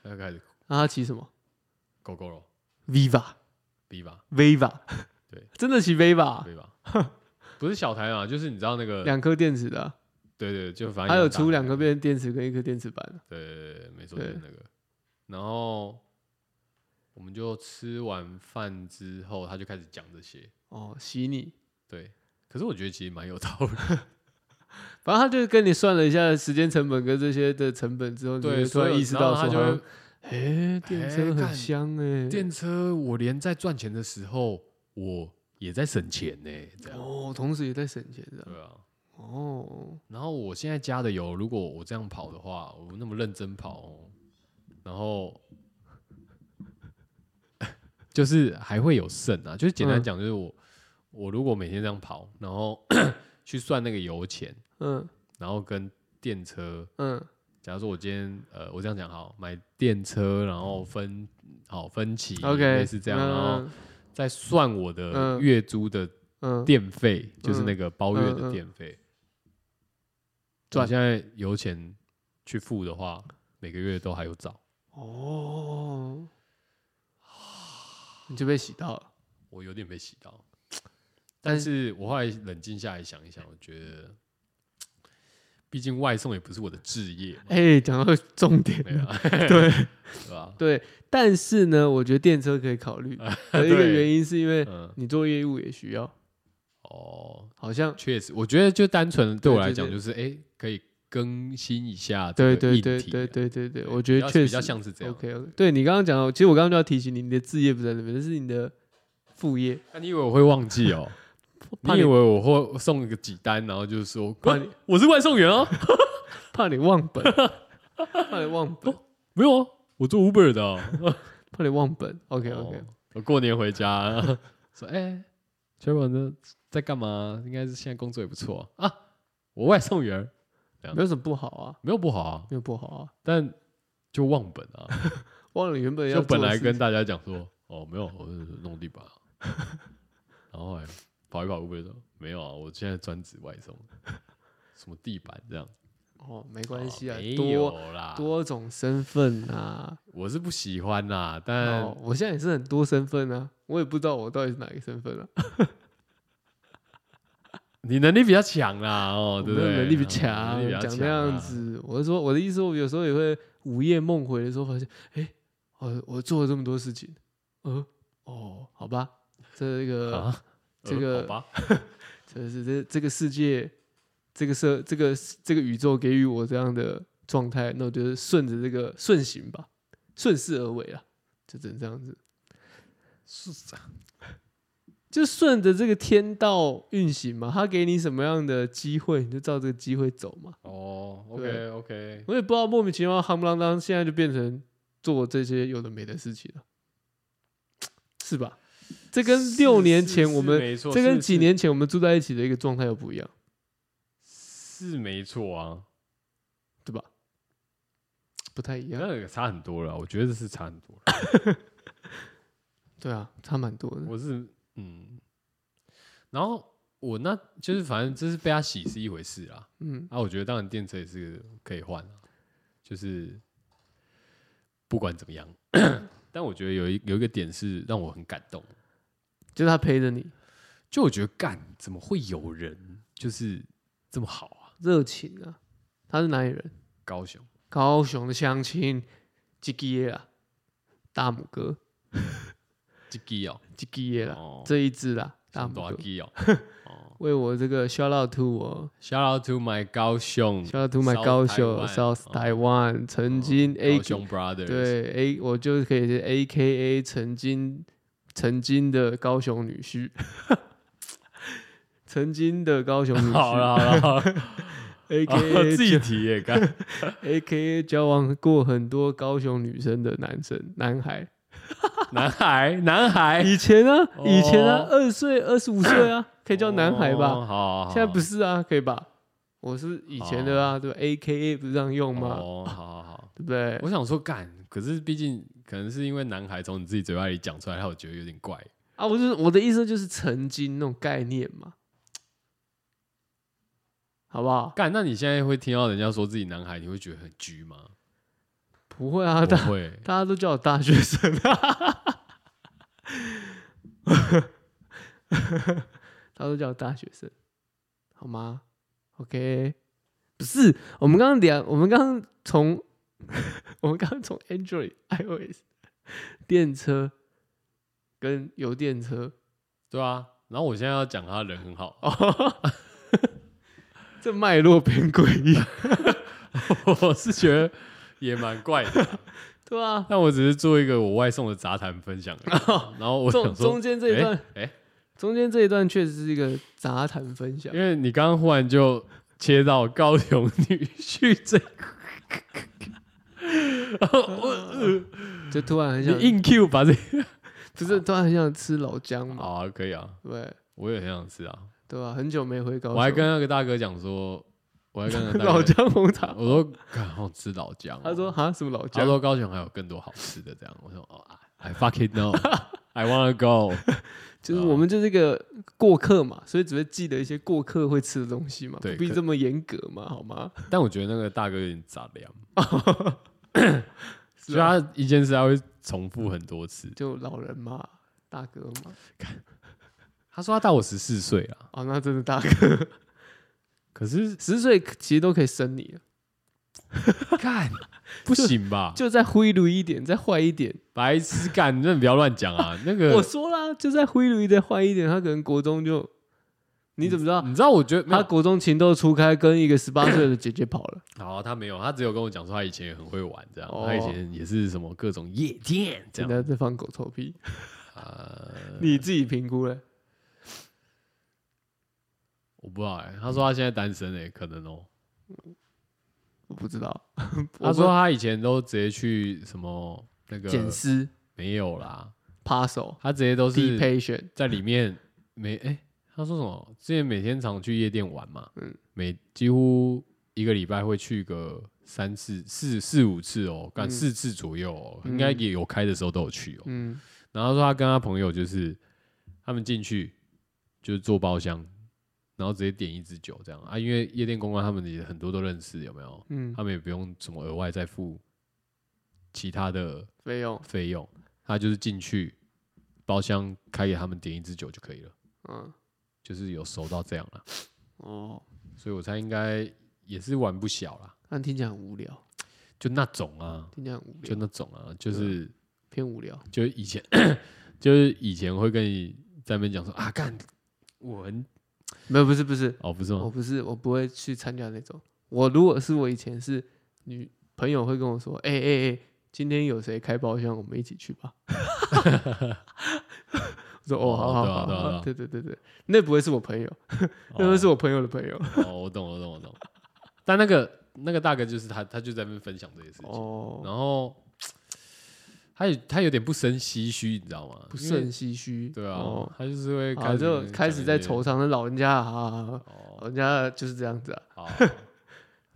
Speaker 1: 他就开始
Speaker 2: 那他骑什么
Speaker 1: 狗狗肉
Speaker 2: ？Viva
Speaker 1: 比吧，
Speaker 2: Viva，
Speaker 1: 对，
Speaker 2: 真的骑 Viva，啊
Speaker 1: 对吧？啊 不是小台嘛，就是你知道那个，
Speaker 2: 两颗电池的啊，
Speaker 1: 对对，就反正
Speaker 2: 还有
Speaker 1: 很大
Speaker 2: 出
Speaker 1: 台
Speaker 2: 两
Speaker 1: 那
Speaker 2: 个
Speaker 1: 个
Speaker 2: 变电池跟一颗电池板。啊
Speaker 1: 对对对，没错，就
Speaker 2: 对
Speaker 1: 是那个。然后我们就吃完饭之后，他就开始讲这些。
Speaker 2: 哦，洗你。
Speaker 1: 对，可是我觉得其实蛮有道理。
Speaker 2: 反正他就跟你算了一下时间成本跟这些的成本之后，你
Speaker 1: 对，
Speaker 2: 就突
Speaker 1: 所
Speaker 2: 然
Speaker 1: 以
Speaker 2: 意识
Speaker 1: 然
Speaker 2: 到
Speaker 1: 后
Speaker 2: 说
Speaker 1: 他
Speaker 2: 好
Speaker 1: 就
Speaker 2: 像，
Speaker 1: 会
Speaker 2: 哎，电
Speaker 1: 哎
Speaker 2: 车
Speaker 1: 干
Speaker 2: 很香哎，
Speaker 1: 电车，我连在赚钱的时候，我也在省钱呢、这样。
Speaker 2: 哦，同时也在省钱的
Speaker 1: 对啊。
Speaker 2: 哦，
Speaker 1: 然后我现在加的油，如果我这样跑的话，我那么认真跑、哦，然后 就是还会有剩啊。就是简单
Speaker 2: 嗯
Speaker 1: 讲，就是我、 我如果每天这样跑，然后去算那个油钱，
Speaker 2: 嗯
Speaker 1: 然后跟电车，
Speaker 2: 嗯，
Speaker 1: 假如说我今天呃，我这样讲好，买电车，然后分好分期
Speaker 2: OK，
Speaker 1: 类似这样，然后
Speaker 2: 嗯
Speaker 1: 再算我的
Speaker 2: 嗯
Speaker 1: 月租的
Speaker 2: 嗯，
Speaker 1: 电费，就是
Speaker 2: 嗯
Speaker 1: 那个包月
Speaker 2: 嗯
Speaker 1: 的
Speaker 2: 嗯
Speaker 1: 电费。
Speaker 2: 赚
Speaker 1: 我现在有钱去付的话，每个月都还有找。
Speaker 2: 哦，你就被洗到了。
Speaker 1: 我有点被洗到，但
Speaker 2: 但是
Speaker 1: 是我后来冷静下来想一想，我觉得，毕竟外送也不是我的置业 嘛，
Speaker 2: 哎，讲到重点
Speaker 1: 对
Speaker 2: 了，
Speaker 1: 啊，
Speaker 2: 对
Speaker 1: 对吧？
Speaker 2: 对，但是呢，我觉得电车可以 考虑的一个
Speaker 1: 对
Speaker 2: 原因是因为
Speaker 1: 嗯，
Speaker 2: 你做业务也需要，
Speaker 1: 哦，
Speaker 2: 好像
Speaker 1: 确实，我觉得就单纯对我
Speaker 2: 对
Speaker 1: 来
Speaker 2: 对
Speaker 1: 讲，
Speaker 2: 对
Speaker 1: 就是哎、诶可以更新一下这
Speaker 2: 对
Speaker 1: 个
Speaker 2: 对
Speaker 1: 硬
Speaker 2: 对
Speaker 1: 体
Speaker 2: 对
Speaker 1: 啊
Speaker 2: 对对对，
Speaker 1: 对
Speaker 2: 我觉
Speaker 1: 比
Speaker 2: 得
Speaker 1: 较
Speaker 2: 确
Speaker 1: 比较
Speaker 2: 实
Speaker 1: 像是这样。
Speaker 2: OK OK，对你刚刚讲到，其实我刚刚就要提醒你，你的置业不在那边，这是你的副业。
Speaker 1: 那、啊你以为我会忘记哦？
Speaker 2: 怕
Speaker 1: 你以
Speaker 2: 你
Speaker 1: 为我会送个几单，然后就是说，
Speaker 2: 怕
Speaker 1: 啊
Speaker 2: 你
Speaker 1: 我是外送 员哦，
Speaker 2: 怕你忘 本，怕你忘本，
Speaker 1: 没有啊，我做 Uber 的、哦。
Speaker 2: 怕你忘本。OK OK，
Speaker 1: 哦我过年回家 说，哎、全部人都在干嘛？应该是现在工作也不错啊。啊我外送员
Speaker 2: 没有什么不好啊，
Speaker 1: 没有不好啊，
Speaker 2: 没有不好啊，
Speaker 1: 但就忘本啊，
Speaker 2: 忘了原本
Speaker 1: 就
Speaker 2: 要
Speaker 1: 本
Speaker 2: 做的
Speaker 1: 来
Speaker 2: 事
Speaker 1: 跟
Speaker 2: 情
Speaker 1: 大家讲说，哦，没有，我是弄地板啊、 然后后来跑一跑 Uber 说，没有啊，我现在专职外送，什么地板这样，
Speaker 2: 哦没关系啊
Speaker 1: 哦没，有
Speaker 2: 多
Speaker 1: 啦，
Speaker 2: 多种身份啊。
Speaker 1: 我是不喜欢啦，但
Speaker 2: 哦，我现在也是很多身份啊，我也不知道我到底是哪个身份啊。
Speaker 1: 你能力比较强啦，哦，对不
Speaker 2: 我没
Speaker 1: 对？
Speaker 2: 有能力比较
Speaker 1: 啊
Speaker 2: 强
Speaker 1: 能力比，较
Speaker 2: 讲
Speaker 1: 强
Speaker 2: 那样
Speaker 1: 啊
Speaker 2: 子，我是说我的意思，我有时候也会午夜梦回的时候发现，哎，我我做了这么多事情，呃，哦，好吧，这个
Speaker 1: 啊，
Speaker 2: 这
Speaker 1: 呃
Speaker 2: 个
Speaker 1: 好吧，
Speaker 2: 这是这这个世界，这个社这个这个宇宙给予我这样的状态，那我就顺着这个顺行吧，顺势而为啊，就只能这样子，
Speaker 1: 是啊
Speaker 2: 就顺着这个天道运行嘛，他给你什么样的机会，你就照这个机会走嘛。
Speaker 1: 哦，OK
Speaker 2: 对
Speaker 1: OK，
Speaker 2: 我也不知道莫名其妙，夯不啷当，现在就变成做这些有的没的事情了，是吧？这跟六年前我们，
Speaker 1: 没错，
Speaker 2: 这跟
Speaker 1: 是
Speaker 2: 几年前我们住在一起的一个状态又不一样，
Speaker 1: 是是没错啊，
Speaker 2: 对吧？不太一样，
Speaker 1: 那个差很多了，我觉得是差很多了。
Speaker 2: 对啊，差蛮多的。
Speaker 1: 我是嗯，然后我那就是反正就是被他洗是一回事啦，
Speaker 2: 嗯，
Speaker 1: 啊，我觉得当然电车也是可以换啊，就是不管怎么样， 但我觉得有一有一个点是让我很感动。
Speaker 2: 就是他陪着你，
Speaker 1: 就我觉得干怎么会有人就是这么好啊？
Speaker 2: 热情啊。他是哪里人？
Speaker 1: 高雄
Speaker 2: 高雄的乡亲，吉吉耶啊，大拇哥，
Speaker 1: 这基哦，
Speaker 2: 吉吉耶啦，
Speaker 1: 哦，
Speaker 2: 啊这一只啦，大
Speaker 1: 大大
Speaker 2: 拇哥。
Speaker 1: 基哦，哦
Speaker 2: 为我这个 shout out to 我
Speaker 1: ，Shout out to my 高雄
Speaker 2: Shout out to my
Speaker 1: South
Speaker 2: 高雄
Speaker 1: Taiwan，
Speaker 2: South
Speaker 1: 哦
Speaker 2: Taiwan，曾经 A
Speaker 1: 高雄 Brothers，
Speaker 2: 对 A 我就可以是 A K A 曾经曾经的高雄女婿， 曾经的高雄 女
Speaker 1: 好了好
Speaker 2: 婿
Speaker 1: 了好了，
Speaker 2: A
Speaker 1: 哦
Speaker 2: K
Speaker 1: 自己
Speaker 2: A
Speaker 1: 提耶，干
Speaker 2: A K A 交往过很多高雄女生的男生男孩，
Speaker 1: 男孩男孩
Speaker 2: 以前呢、啊、以前
Speaker 1: 哎
Speaker 2: 啊
Speaker 1: 哦
Speaker 2: 二岁二十五岁啊可以叫男孩吧，
Speaker 1: 哦好，
Speaker 2: 现在不
Speaker 1: 是
Speaker 2: 是啊可以吧？我是以前的啊，对吧？A K A 不是这样用吗？
Speaker 1: 哦，好好好，
Speaker 2: 对不对？
Speaker 1: 我想说干，可是毕竟可能是因为男孩从你自己嘴巴里讲出来，让我觉得有点怪。
Speaker 2: 啊，我就是我的意思就是曾经那种概念嘛，好不好？
Speaker 1: 干，那你现在会听到人家说自己男孩，你会觉得很拘吗？
Speaker 2: 不会啊，
Speaker 1: 不
Speaker 2: 大
Speaker 1: 会，
Speaker 2: 大家都叫我大学生 啊，大家都叫我大学生，好吗？OK，不是，我们刚刚聊，我们刚刚从 我们刚刚从 Android、iOS 电车跟油电车，
Speaker 1: 对啊。然后我现在要讲他人很好，
Speaker 2: 这脉络偏诡异，
Speaker 1: 我是觉得也蛮怪的啊。
Speaker 2: 对啊，
Speaker 1: 但我只是做一个我外送的杂谈分享而已，然后我
Speaker 2: 哦中
Speaker 1: 想
Speaker 2: 中
Speaker 1: 说，
Speaker 2: 间这一段，
Speaker 1: 哎、诶
Speaker 2: 中间这一段确实是一个杂谈分享
Speaker 1: 因。为你刚刚忽然就切到高雄女婿这一块，然后我、呃、
Speaker 2: 就突 然很
Speaker 1: 你
Speaker 2: 想，
Speaker 1: 硬 Q 把这
Speaker 2: 不是突然很想吃老姜嘛？
Speaker 1: 好啊，可以啊，
Speaker 2: 对
Speaker 1: 我也很想吃啊。
Speaker 2: 对吧？很久没回高雄，
Speaker 1: 我还跟那个大哥讲说，我在跟他
Speaker 2: 老，姜红 茶。
Speaker 1: 我说看好想吃老姜哦，
Speaker 2: 他说哈什么老
Speaker 1: 他
Speaker 2: 姜？
Speaker 1: 说高雄还有更多好吃的，这样我说哦，I I fucking know，I wanna go，啊
Speaker 2: 就是我们就是一个过客嘛，所以只会记得一些过客会吃的东西嘛，
Speaker 1: 对
Speaker 2: 不必
Speaker 1: 可
Speaker 2: 这么严格嘛，好吗？
Speaker 1: 但我觉得那个大哥有点杂 粮，所以
Speaker 2: 啊
Speaker 1: 他一件事他会重复很多次。
Speaker 2: 就老人嘛，大哥嘛，
Speaker 1: 他说他大我十四岁啊，
Speaker 2: 啊，那真的大哥，
Speaker 1: 可 是
Speaker 2: 十岁其实都可以生你了，
Speaker 1: 干不行吧？
Speaker 2: 就再挥霍一点，再坏一点。
Speaker 1: 白痴干，你真的不要乱讲 啊！那个
Speaker 2: 我说啦，就再挥霍一点，坏一点，他可能国中就，你怎么知道？
Speaker 1: 你知道，我嗯觉得没
Speaker 2: 他
Speaker 1: 有
Speaker 2: 国中情窦初开，跟一个十八岁的姐姐跑了。
Speaker 1: 好，他没有，他只有跟我讲说他以前也很会玩，这样，
Speaker 2: 哦
Speaker 1: 他以前也是什么各种夜店这
Speaker 2: 人
Speaker 1: 样，
Speaker 2: 家在放狗臭屁，
Speaker 1: 呃，
Speaker 2: 你自己评估嘞？
Speaker 1: 我不知道哎、他说他现在单身哎、可能哦、
Speaker 2: 我不 知道。
Speaker 1: 他说他以前都直接去什么那个
Speaker 2: 捡尸、
Speaker 1: 没有啦，
Speaker 2: 扒手、
Speaker 1: 他直接都是
Speaker 2: D
Speaker 1: 哦
Speaker 2: patient，
Speaker 1: 在里面每哎、他说什么？之前每天常去夜店玩嘛，
Speaker 2: 嗯
Speaker 1: 每几乎一个礼拜会去个三次、四四五次哦、干
Speaker 2: 嗯
Speaker 1: 四次左右、哦，
Speaker 2: 嗯
Speaker 1: 应该也有开的时候都有去哦、
Speaker 2: 嗯，
Speaker 1: 然后他说他跟他朋友就是他们进去就是坐包厢，然后直接点一支酒这样啊，因为夜店公关他们也很多都认识，有没有？
Speaker 2: 嗯
Speaker 1: 他，们也不用什么额外再付其他的
Speaker 2: 费用，
Speaker 1: 费用，他就是进去包厢开给他们点一支酒就可以了，
Speaker 2: 嗯，
Speaker 1: 就是有熟到这样了，
Speaker 2: 哦，
Speaker 1: 所以我猜应该也是玩不小啦，
Speaker 2: 但听起来很无聊，
Speaker 1: 就那种啊，
Speaker 2: 听起来很无
Speaker 1: 就
Speaker 2: 聊，
Speaker 1: 那种啊，就是。
Speaker 2: 偏无聊。
Speaker 1: 就是以前， 就是以前会跟你在那边讲说啊，干，我很
Speaker 2: 没有，不是不是，
Speaker 1: 哦，不是
Speaker 2: 我
Speaker 1: 吗？
Speaker 2: 不是，我不会去参加那种。我如果是我以前是女朋友会跟我说，哎哎哎，今天有谁开包厢，我们一起去 吧。我说哦，好好
Speaker 1: 对啊
Speaker 2: 好
Speaker 1: 对啊
Speaker 2: 好，
Speaker 1: 对啊
Speaker 2: 对对对对，那不会是我朋友，那会是我朋友的朋友。
Speaker 1: 哦，哦我懂，我懂，我懂。但那个那个大哥就是他，他就在那边分享这些事情，
Speaker 2: 哦，
Speaker 1: 然后他也他有点不生唏嘘，你知道吗？
Speaker 2: 不
Speaker 1: 因
Speaker 2: 是
Speaker 1: 为
Speaker 2: 很唏嘘。
Speaker 1: 对啊，
Speaker 2: 哦，
Speaker 1: 他就是会开
Speaker 2: 好，
Speaker 1: 始
Speaker 2: 就
Speaker 1: 跟你
Speaker 2: 开始在
Speaker 1: 讲
Speaker 2: 惆
Speaker 1: 一些
Speaker 2: 怅，那老人家啊，老
Speaker 1: 哦，
Speaker 2: 人家 就是这样子啊，
Speaker 1: 好，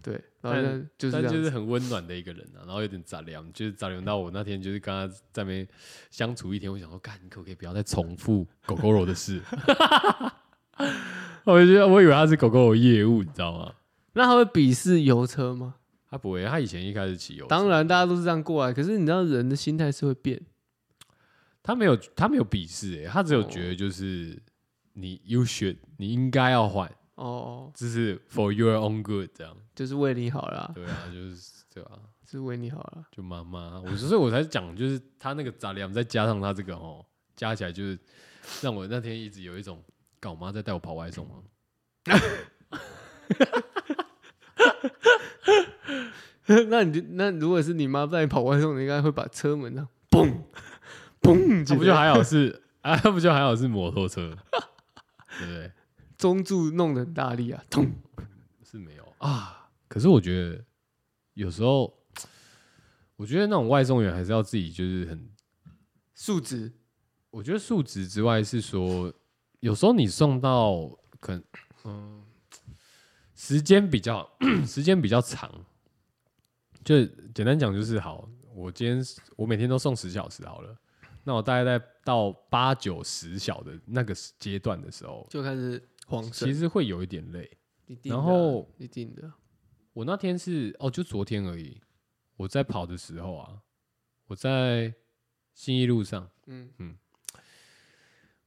Speaker 2: 对，老人家就是
Speaker 1: 但
Speaker 2: 这样
Speaker 1: 就是
Speaker 2: 子。
Speaker 1: 很温暖的一个人啊，然后有点杂粮，就是杂粮到我那天就是跟他在那边相处一天，我想说，干，你可不可以不要再重复狗狗肉的事？ 我就觉得我以为他是狗狗肉业务，你知道吗？
Speaker 2: 那他会鄙视油车吗？
Speaker 1: 他不会，他以前一开始骑油车，
Speaker 2: 当然，大家都是这样过来。可是你知道，人的心态是会变。
Speaker 1: 他没有他没有鄙视、欸，他只
Speaker 2: 哦
Speaker 1: 有觉得就是、你 you should 你应该要换，
Speaker 2: 哦，
Speaker 1: 就是 for your own good 这样，
Speaker 2: 就是为你好啦，
Speaker 1: 对啊，就是对啊，
Speaker 2: 是为你好啦。
Speaker 1: 就妈妈，我所以我才讲，就是他那个杂粮再加上他这个哦，加起来就是让我那天一直有一种，干我妈在带我跑外送吗？
Speaker 2: 那你就那如果是你妈带你跑外送，你应该会把车门啊呢，嘣嘣，
Speaker 1: 啊、不就还好是啊，不就还好是摩托车，对不对？
Speaker 2: 中柱弄得很大力啊，咚！
Speaker 1: 是没有啊，可是我觉得有时候，我觉得那种外送员还是要自己就是很，
Speaker 2: 数值
Speaker 1: 我觉得素质之外是说，有时候你送到可能嗯，时间比较时间比较长，就简单讲就是好，我今天我每天都送十小时好了，那我大概在到八九十小的那个时阶段的时候，
Speaker 2: 就开始慌
Speaker 1: 其
Speaker 2: 神，
Speaker 1: 实会有一点累。
Speaker 2: 一定的啊
Speaker 1: 然后
Speaker 2: 一定的，啊
Speaker 1: 我那天是哦，就昨天而已，我在跑的时候啊，我在信义路上
Speaker 2: 嗯，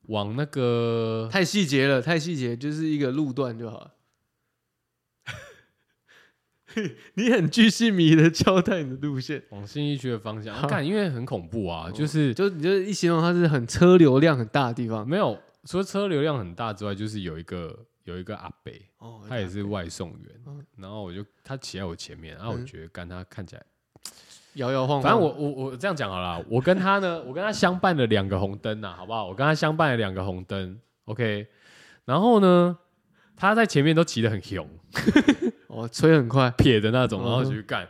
Speaker 1: 往那个
Speaker 2: 太细节了，太细节，就是一个路段就好了。 你很巨细迷的交代你的路线，
Speaker 1: 往信义区的方 向，哦
Speaker 2: 好
Speaker 1: 干，因为很恐怖啊，就是
Speaker 2: 就你就一形容它是很车流量很大的地方
Speaker 1: 没有除了车流量很大之外，就是有一个有一个阿北，
Speaker 2: 哦
Speaker 1: 他也是外送员
Speaker 2: 嗯，
Speaker 1: 然后我就他骑在我前面，然后我
Speaker 2: 嗯
Speaker 1: 觉得干他看起来，
Speaker 2: 摇摇晃晃。
Speaker 1: 反正我我我这样讲好了啊，我跟他呢，我跟他相伴了两个红灯呐、好不好？我跟他相伴了两个红灯，OK，然后呢，他在前面都骑得很凶。
Speaker 2: 哦吹很快，
Speaker 1: 撇的那种，
Speaker 2: 嗯
Speaker 1: 然后就去干。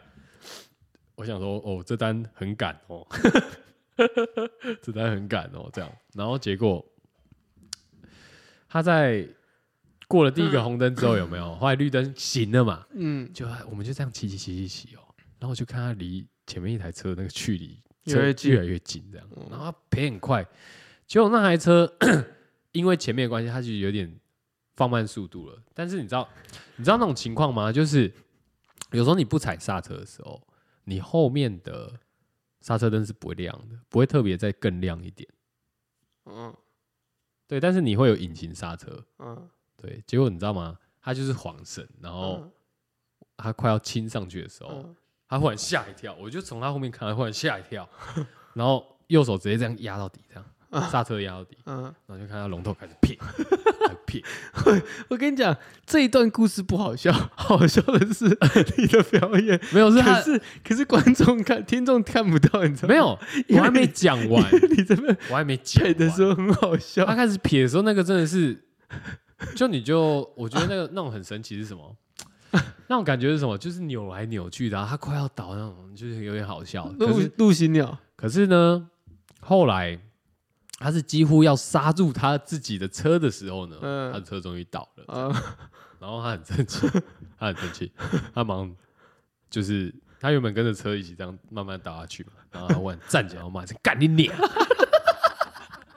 Speaker 1: 我想说，哦，这单很赶哦， 这单很赶哦，这样。然后结果他在过了第一个红灯之后有没有？后来绿灯行了嘛，
Speaker 2: 嗯，
Speaker 1: 就我们就这样骑骑骑骑骑哦，然后我就看他离前面一台车那个距离
Speaker 2: 越来
Speaker 1: 车
Speaker 2: 越近
Speaker 1: 越来越近，这样
Speaker 2: 嗯，
Speaker 1: 然后他赔很快，结果那台车 因为前面的关系，它就有点放慢速度了。但是你知道，你知道那种情况吗？就是有时候你不踩刹车的时候，你后面的刹车灯是不会亮的，不会特别再更亮一点。
Speaker 2: 嗯
Speaker 1: 对，但是你会有引擎刹车。
Speaker 2: 嗯，
Speaker 1: 对，结果你知道吗？他就是晃神，然后
Speaker 2: 嗯
Speaker 1: 他快要亲上去的时候，
Speaker 2: 嗯
Speaker 1: 他忽然吓一跳，我就从他后面看，他忽然吓一跳，然后右手直接这样压到底，这
Speaker 2: 啊
Speaker 1: 样刹车压到底，
Speaker 2: 嗯，
Speaker 1: 然后就看他龙头开始撇，开始撇，
Speaker 2: 我跟你讲，这一段故事不好笑，好笑的 是你的表演。
Speaker 1: 没有是
Speaker 2: 可
Speaker 1: 他
Speaker 2: 是可是观众看听众看不到，你知道
Speaker 1: 没
Speaker 2: 吗？
Speaker 1: 有，我
Speaker 2: 因为
Speaker 1: 还没讲完，
Speaker 2: 你这边
Speaker 1: 我还没讲
Speaker 2: 配的
Speaker 1: 完
Speaker 2: 时候很好笑
Speaker 1: 他。开始撇的时候，那个真的是，就你就我觉得那个那种很神奇是什么？那种感觉是什么？就是扭来扭去的、啊，他快要倒那种，就是有点好笑。可
Speaker 2: 陆
Speaker 1: 是
Speaker 2: 陆行鸟，
Speaker 1: 可是呢，后来他是几乎要刹住他自己的车的时候呢，
Speaker 2: 嗯
Speaker 1: 他的车终于倒了，
Speaker 2: 啊，
Speaker 1: 然后他很生气， 他很生气，他忙就是他原本跟着车一起这样慢慢倒下去嘛，然后他忽然站起来，我马上干你脸。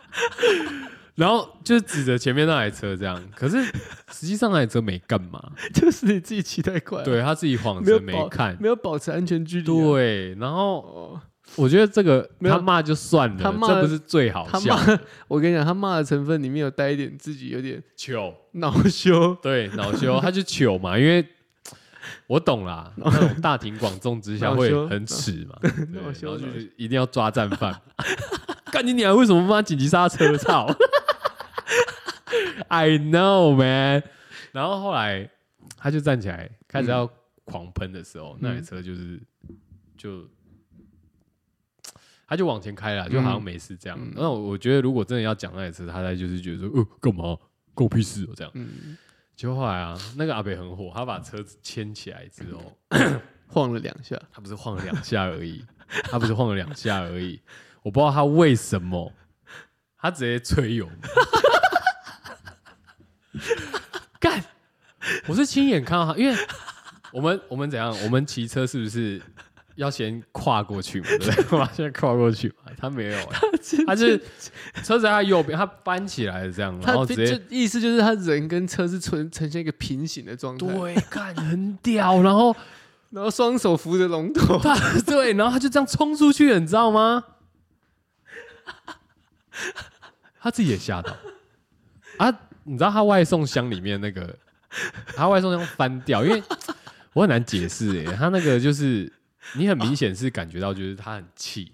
Speaker 1: 然后就指着前面那台车这样，可是实际上那台车没干 嘛，
Speaker 2: 就是你自己骑太快了，
Speaker 1: 对他自己晃
Speaker 2: 没有
Speaker 1: 神
Speaker 2: 保
Speaker 1: 没看，
Speaker 2: 没有啊保持安全距离啊。
Speaker 1: 对，然后
Speaker 2: 哦，
Speaker 1: 我觉得这个
Speaker 2: 没有
Speaker 1: 他骂就算
Speaker 2: 他
Speaker 1: 了，
Speaker 2: 骂
Speaker 1: 这不是最好
Speaker 2: 他
Speaker 1: 笑
Speaker 2: 骂
Speaker 1: 的，
Speaker 2: 我跟你讲，他骂的成分里面有带一点自己有点
Speaker 1: 糗，
Speaker 2: 恼 羞。
Speaker 1: 对，恼羞，他就糗嘛，因为我懂啦，那种大庭广众之下
Speaker 2: 恼
Speaker 1: 会
Speaker 2: 羞
Speaker 1: 很耻嘛，对然后
Speaker 2: 恼羞
Speaker 1: 就
Speaker 2: 恼
Speaker 1: 是一定要抓战犯。 干你娘！为什么不帮他紧急刹车？操 ！I know man。然后后来他就站起来，开始
Speaker 2: 嗯
Speaker 1: 要狂喷的时候，那台车就是就他就往前开了，就好像没事这样。
Speaker 2: 嗯
Speaker 1: 那我我觉得，如果真的要讲那台车，他才就是觉得说，呃，干嘛关我屁事哦这样。
Speaker 2: 嗯，
Speaker 1: 就后来啊，那个阿北很火，他把车子牵起来之 后，
Speaker 2: 晃了两下，
Speaker 1: 他不是晃了两下而已，他不是晃了两下而已，我不知道他为什么，他直接吹油门，干！我是亲眼看到他，因为我们我们怎样，我们骑车是不是要先跨过去嘛？对不对？ 我们先跨过去嘛，他没有、欸，他是车子在他右边，他搬起来这样，然
Speaker 2: 他
Speaker 1: 后直接
Speaker 2: 就意思就是他人跟车是呈呈现一个平行的状态，
Speaker 1: 对，干很屌，然后。
Speaker 2: 然后双手扶着龙头，
Speaker 1: 他 对，然后他就这样冲出去了，你知道吗？他自己也吓到啊！你知道他外送箱里面那个，他外送箱翻掉，因为我很难解释哎、他那个就是你很明显是感觉到，就是他很气，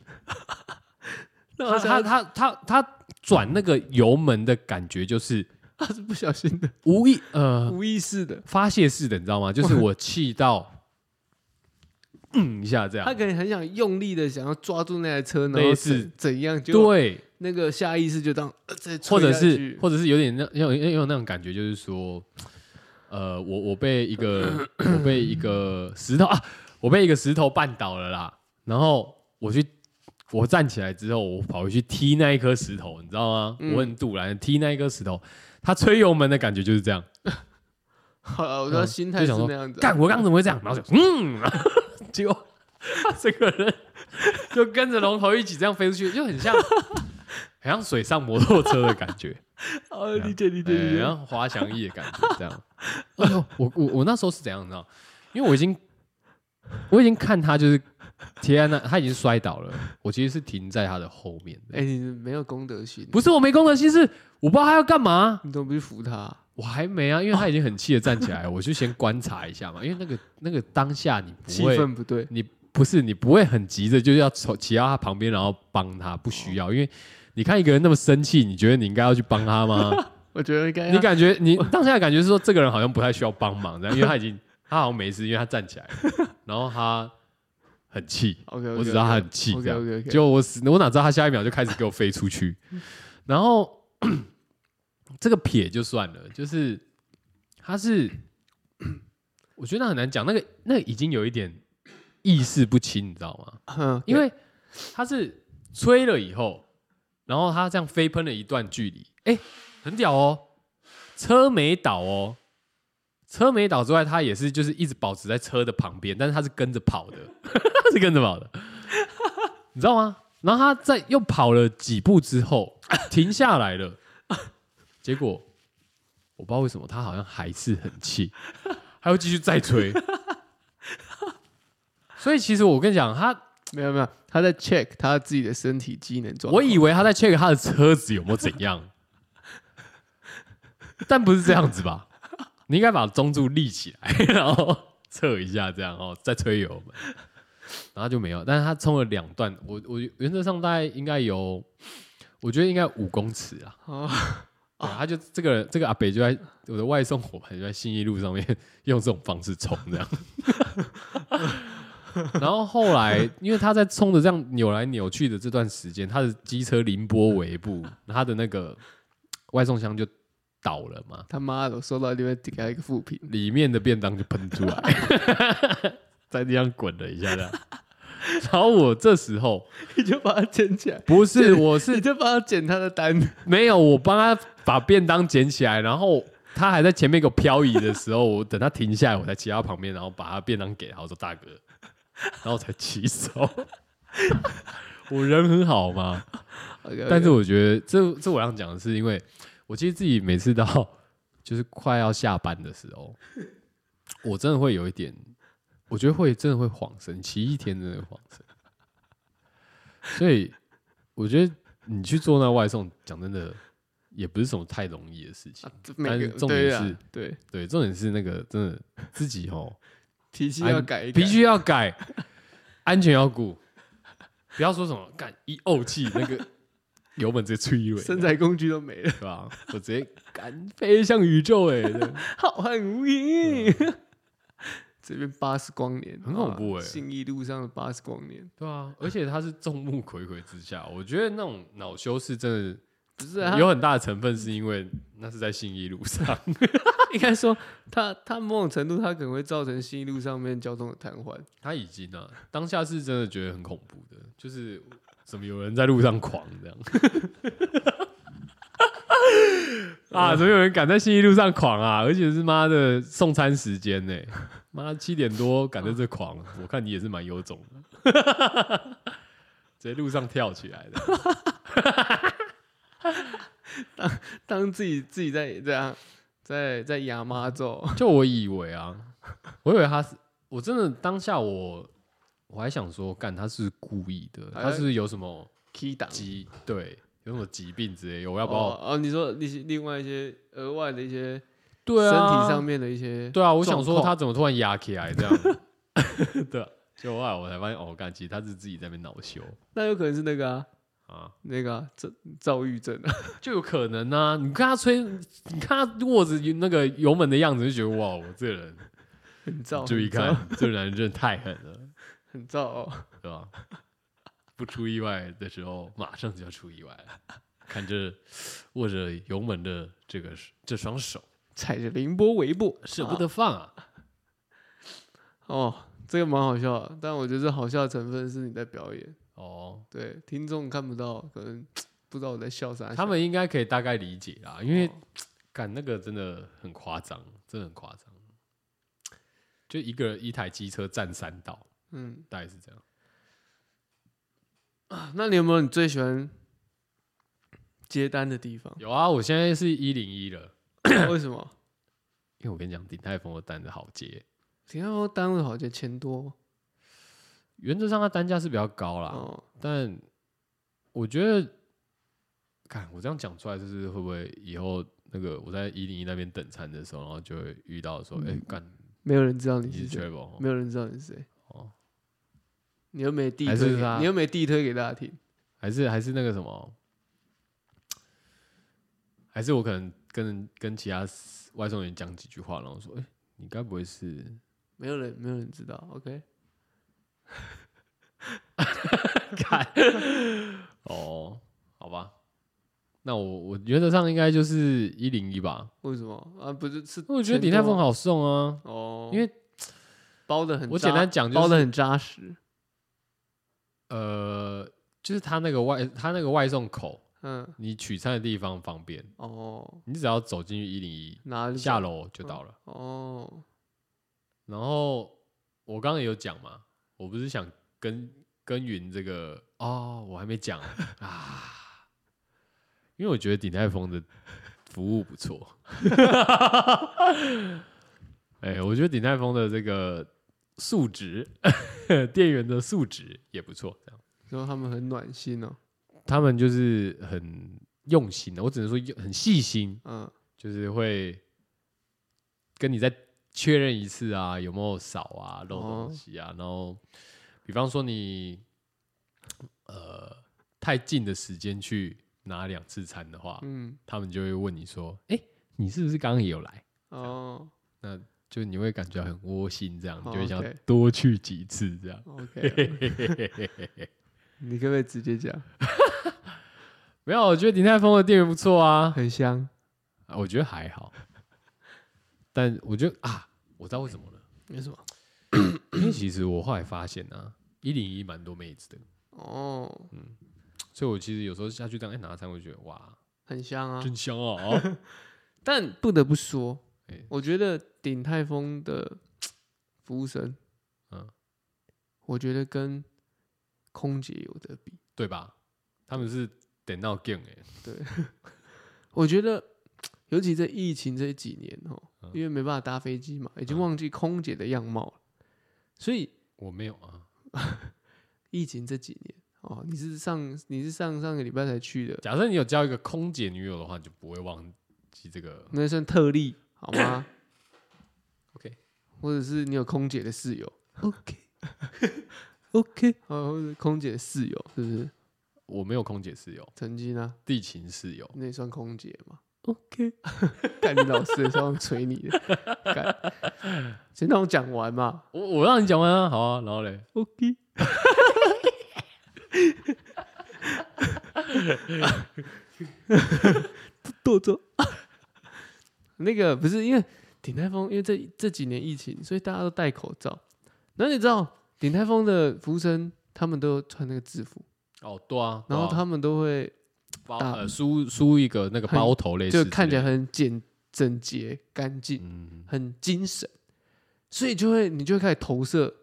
Speaker 1: 他
Speaker 2: 然后
Speaker 1: 他他
Speaker 2: 他
Speaker 1: 他他转那个油门的感觉就是
Speaker 2: 他是不小 心的，
Speaker 1: 无意呃
Speaker 2: 无意识的，
Speaker 1: 发泄式的，你知道吗？就是我气到嗯一下这样
Speaker 2: 他，可能很想用力的想要抓住那台车，然后
Speaker 1: 类似
Speaker 2: 怎怎样就
Speaker 1: 对，
Speaker 2: 那个下意识就当呃再
Speaker 1: 或
Speaker 2: 吹
Speaker 1: 者
Speaker 2: 下
Speaker 1: 是
Speaker 2: 去
Speaker 1: 或者是有点那有有有那种感觉，就是说，呃，我我被一 个我被一个石头啊，我被一个石头绊倒了啦，然后我去。我站起来之后，我跑回去踢那一颗石头，你知道吗？
Speaker 2: 嗯
Speaker 1: 我很堵然踢那一颗石头，他吹油门的感觉就是这样。
Speaker 2: 好了，我说
Speaker 1: 嗯就
Speaker 2: 心态是
Speaker 1: 想说
Speaker 2: 那样子啊，
Speaker 1: 干，我刚刚怎么会这样？然后就嗯， 然后结果他这个人就跟着龙头一起这样飞出去，就很像很像水上摩托车的感觉。
Speaker 2: 哦，理解理解理
Speaker 1: 对，
Speaker 2: 解
Speaker 1: 然，后滑翔翼的感觉这样。 哎呦，我我我那时候是怎样，你知道？因为我已经我已经看他就是贴在那，他已经摔倒了，我其实是停在他的后面的。
Speaker 2: 哎，你没有公德心，
Speaker 1: 不是我没公德心，是我不知道他要干嘛，
Speaker 2: 你怎么不去扶他？
Speaker 1: 我还没啊，因为他已经很气的站起来，我就先观察一下嘛，因为那个那个当下你
Speaker 2: 气
Speaker 1: 不会，
Speaker 2: 氛不对，
Speaker 1: 你不是你不会很急着就是要走骑到他旁边然后帮他，不需要，因为你看一个人那么生气，你觉得你应该要去帮他吗？
Speaker 2: 我觉得应该
Speaker 1: 你
Speaker 2: 要
Speaker 1: 感觉你当下的感觉是说，这个人好像不太需要帮忙，这样，因为他已经 他好像没事，因为他站起来了， 然后他很气，
Speaker 2: OK，
Speaker 1: 我只知道他很气这样。
Speaker 2: OK，
Speaker 1: 结果我死我哪知道他下一秒就开始给我飞出去，然后 这个撇就算了，就是他是， 我觉得那很难讲，那个那个已经有一点意识不清，你知道吗？
Speaker 2: OK，
Speaker 1: 因为他是吹了以后，然后他这样飞喷了一段距离，哎、很屌哦，车没倒哦，车没倒之外，他也是就是一直保持在车的旁边，但是他是跟着跑的， 他是跟着跑的，你知道吗？然后他在又跑了几步之后停下来了，结果我不知道为什么他好像还是很气，还要继续再吹。所以其实我跟你讲，他
Speaker 2: 没有没有，他在 check 他自己的身体机能状况。
Speaker 1: 我以为他在 check 他的车子有没有怎样， 但不是这样子吧？你应该把中柱立起来，然后测一下，这样哦，再吹油门，然后就没有。但是他冲了两段，我我原则上大概应该有，我觉得应该五公尺啊。
Speaker 2: 哦
Speaker 1: 对，他就这个人这个阿北就在我的外送伙伴就在信义路上面用这种方式冲这样，然后后来因为他在冲着这样扭来扭去的这段时间，他的机车凌波微步，他的那个外送箱就倒了嘛，
Speaker 2: 他妈的，我收到另外给他一个副 评，
Speaker 1: 里面的便当就喷出来， 在地上滚了一下这样，然后我这时候
Speaker 2: 你就把它捡起来，
Speaker 1: 不是我
Speaker 2: 你
Speaker 1: 是
Speaker 2: 就帮他捡他的单。
Speaker 1: 没有，我帮他把便当捡起来，然后他还在前面给我漂移的时候，我等他停下来，我才骑到旁边，然后把他便当给他，我说大哥，然后我才骑走。我人很好嘛，
Speaker 2: OK，OK
Speaker 1: 但是我觉得这这我想讲的是，因为我其实自己每次到 就是快要下班的时候，我真的会有一点，我觉得会真的会晃神，骑一天真的会晃神， 所以我觉得你去做那外送，讲真的也不是什么太容易的事情
Speaker 2: 啊。这每
Speaker 1: 但
Speaker 2: 个
Speaker 1: 是重点
Speaker 2: 对啊
Speaker 1: 是
Speaker 2: 对
Speaker 1: 对，重点是那个真的自己哦，
Speaker 2: 脾气
Speaker 1: 哎
Speaker 2: 要改一改，
Speaker 1: 必须要改，安全要顾，不要说什么干一怄气那个油门直接吹尾，
Speaker 2: 身材工具都没了，
Speaker 1: 对吧？我直接敢飞向宇宙、欸，哎，
Speaker 2: 浩瀚无垠。 这边八十光年，
Speaker 1: 啊很恐怖
Speaker 2: 啊
Speaker 1: 欸
Speaker 2: 信义路上的八十光年，
Speaker 1: 对啊，而且他是众目睽睽之下，我觉得那种恼羞是真
Speaker 2: 不是啊
Speaker 1: 的，有很大的成分是因为那是在信义路上，
Speaker 2: 应该说他他某种程度他可能会造成信义路上面交通的瘫痪。
Speaker 1: 他已经啊，当下是真的觉得很恐怖的，就是怎么有人在路上狂这样。啊！怎么有人敢在信义路上狂啊？而且是妈的送餐时间呢、妈七点多敢在这狂，我看你也是蛮有种的，直接路上跳起来的。
Speaker 2: 当自己自己在这样在在亚妈州，
Speaker 1: 就我以为啊，我以为他是，我真的当下我我还想说，干他是故意的，
Speaker 2: 哎
Speaker 1: 他是不是有什么
Speaker 2: key 档
Speaker 1: 疾对有什么疾病之类的，我要把我、
Speaker 2: 哦哦，你说那些另外一些额外的一些
Speaker 1: 对
Speaker 2: 身
Speaker 1: 啊
Speaker 2: 体上面的一些，
Speaker 1: 对啊，我想说
Speaker 2: 状况
Speaker 1: 他怎么突然压起 来这样，对啊，就后来我才发现哦，干其实他是自己在那边恼羞
Speaker 2: 那有可能是那个啊，
Speaker 1: 啊，
Speaker 2: 那个啊躁躁郁症啊，
Speaker 1: 就有可能啊，你看他吹，你看他握着那个油门的样子，就觉得哇，我这人
Speaker 2: 很躁，
Speaker 1: 注意
Speaker 2: 很躁，
Speaker 1: 看，这人真的太狠了。
Speaker 2: 很躁哦。
Speaker 1: 对吧？不出意外的时候，马上就要出意外了。看这握着油门的这个这双手，
Speaker 2: 踩着凌波微步，
Speaker 1: 舍不得放啊！
Speaker 2: 啊哦，这个蛮好笑的，但我觉得这好笑的成分是你在表演，
Speaker 1: 哦，
Speaker 2: 对，听众看不到，可能不知道我在笑啥。
Speaker 1: 他们应该可以大概理解啦，因为
Speaker 2: 哦
Speaker 1: 干、那个真的很夸张，真的很夸张。就一个一台机车占三道，
Speaker 2: 嗯，
Speaker 1: 大概是这样。
Speaker 2: 那你有没有你最喜欢接单的地
Speaker 1: ？
Speaker 2: 方
Speaker 1: 有啊，我现在是一零一了，
Speaker 2: 为什么？
Speaker 1: 因为我跟你讲，鼎泰丰的单子好接，
Speaker 2: 田浩单位好像钱多
Speaker 1: 原则上它单价是比较高啦，
Speaker 2: 哦，
Speaker 1: 但我觉得，看我这样讲出来，就是会不会以后那个我在一零一那边等餐的时候，然后就会遇到说，哎、干、
Speaker 2: 没有人知道嗯你
Speaker 1: 你是
Speaker 2: 是谁，
Speaker 1: travel，
Speaker 2: 没有人知道你是谁。
Speaker 1: 哦，
Speaker 2: 你又没地
Speaker 1: 还
Speaker 2: 推
Speaker 1: 是
Speaker 2: 给，
Speaker 1: 他
Speaker 2: 你又没地推给大家听。
Speaker 1: 还是还是那个什么，还是我可能跟跟其他外送员讲几句话，然后说，哎、你该不会是
Speaker 2: 没有人，没有人知道。OK，
Speaker 1: 看哦，好吧，那我我原则上应该就是一零一吧，
Speaker 2: 为什么啊？不是是，
Speaker 1: 因为我觉得鼎泰丰
Speaker 2: 好
Speaker 1: 好送啊，
Speaker 2: 哦，
Speaker 1: 嗯因为
Speaker 2: 包的很扎，
Speaker 1: 我简单讲就是
Speaker 2: 包的很扎实。
Speaker 1: 呃，就是他那个外他那个外送口，
Speaker 2: 嗯，
Speaker 1: 你取餐的地方方便，
Speaker 2: 哦，
Speaker 1: 你只要走进去一零一
Speaker 2: 哪里？
Speaker 1: 下楼就到了。
Speaker 2: 哦，
Speaker 1: 然后我刚刚也有讲嘛，我不是想跟耕耘这个哦，我还没讲啊，因为我觉得鼎泰丰的服务不错。哎，我觉得鼎泰丰的这个素质，店员的素质也不错，这样
Speaker 2: 然后他们很暖心哦，
Speaker 1: 他们就是很用心的，我只能说用很细心，
Speaker 2: 嗯，
Speaker 1: 就是会跟你再确认一次啊，有没有少啊、漏
Speaker 2: 哦
Speaker 1: 东西啊。然后，比方说你呃太近的时间去拿两次餐的话，
Speaker 2: 嗯，
Speaker 1: 他们就会问你说：“哎、你是不是刚刚也有来
Speaker 2: 哦？”
Speaker 1: 就你会感觉很窝心，这样你
Speaker 2: 哦
Speaker 1: 就会想
Speaker 2: OK
Speaker 1: 多去几次这样。
Speaker 2: ，OK，你可不可以直接讲？
Speaker 1: 没有，我觉得鼎泰丰的店员不错啊，
Speaker 2: 很香，
Speaker 1: 啊我觉得还好。但我觉得啊，我知道为什么了。
Speaker 2: 没什么。
Speaker 1: 因为其实我后来发现啊，一零一蛮多妹子的，
Speaker 2: 哦，
Speaker 1: 所以我其实有时候下去这样哎拿餐，我就觉得哇，
Speaker 2: 很香啊！
Speaker 1: 真香啊！ 哦
Speaker 2: 但不得不说
Speaker 1: 哎，
Speaker 2: 我觉得鼎泰丰的服务生，
Speaker 1: 嗯，
Speaker 2: 我觉得跟空姐有得比。
Speaker 1: 对吧？他们是等到 g a 哎，
Speaker 2: 我觉得，尤其这疫情这几年哦，因为没办法搭飞机嘛，已经
Speaker 1: 嗯
Speaker 2: 忘记空姐的样貌了。所以
Speaker 1: 我没有啊。
Speaker 2: 疫情这几年哦，你是上你是上上个礼拜才去的，
Speaker 1: 假设你有交一个空姐女友的话，你就不会忘记这个。
Speaker 2: 那算特例好吗？
Speaker 1: OK
Speaker 2: 或者是你有空姐的室友，
Speaker 1: OK OK，
Speaker 2: 哦，或者是空姐的室友是不是？
Speaker 1: 我没有空姐室友，
Speaker 2: 曾经呢，
Speaker 1: 地勤室友。
Speaker 2: 那也算空姐嘛？
Speaker 1: OK，
Speaker 2: 干你老师也是要捶你的，干，先让我讲完嘛。
Speaker 1: 我我让你讲完啊，好啊，然后嘞，
Speaker 2: OK，剁走。那个不是因为鼎泰丰，因为这这几年疫情，所以大家都戴口罩。然后你知道鼎泰丰的服务生，他们都穿那个制服，
Speaker 1: 哦对啊，
Speaker 2: 然后
Speaker 1: 对啊
Speaker 2: 他们都会
Speaker 1: 包
Speaker 2: 打
Speaker 1: 呃梳梳一个那个
Speaker 2: 很
Speaker 1: 包头类似之
Speaker 2: 就
Speaker 1: 类的，
Speaker 2: 看起来很简整洁、干净。
Speaker 1: 嗯
Speaker 2: 很精神，所以就会你就会开始投射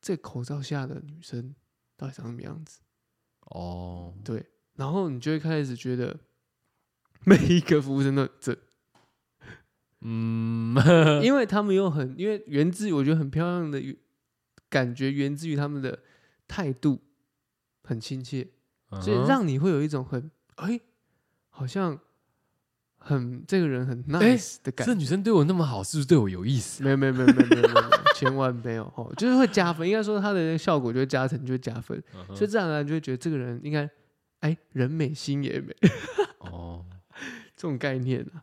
Speaker 2: 这口罩下的女生到底长什么样子，
Speaker 1: 哦，
Speaker 2: 对，然后你就会开始觉得 每一个服务生都很正，
Speaker 1: 嗯，
Speaker 2: 因为他们又很，因为源自于我觉得很漂亮的感觉，源自于他们的态度很亲切，
Speaker 1: 嗯
Speaker 2: 所以让你会有一种很哎、好像很这个人很 nice 的感觉。
Speaker 1: 这女生对我那么好，是不是对我有意思？
Speaker 2: 没有没有没有没有没有没有没 有，千万没有哦，就是会加分，应该说它的那个效果就会加成，就会加分，
Speaker 1: 嗯
Speaker 2: 所以自然而然就会觉得这个人应该，哎，人美心也美
Speaker 1: 哦，
Speaker 2: 这种概念啊，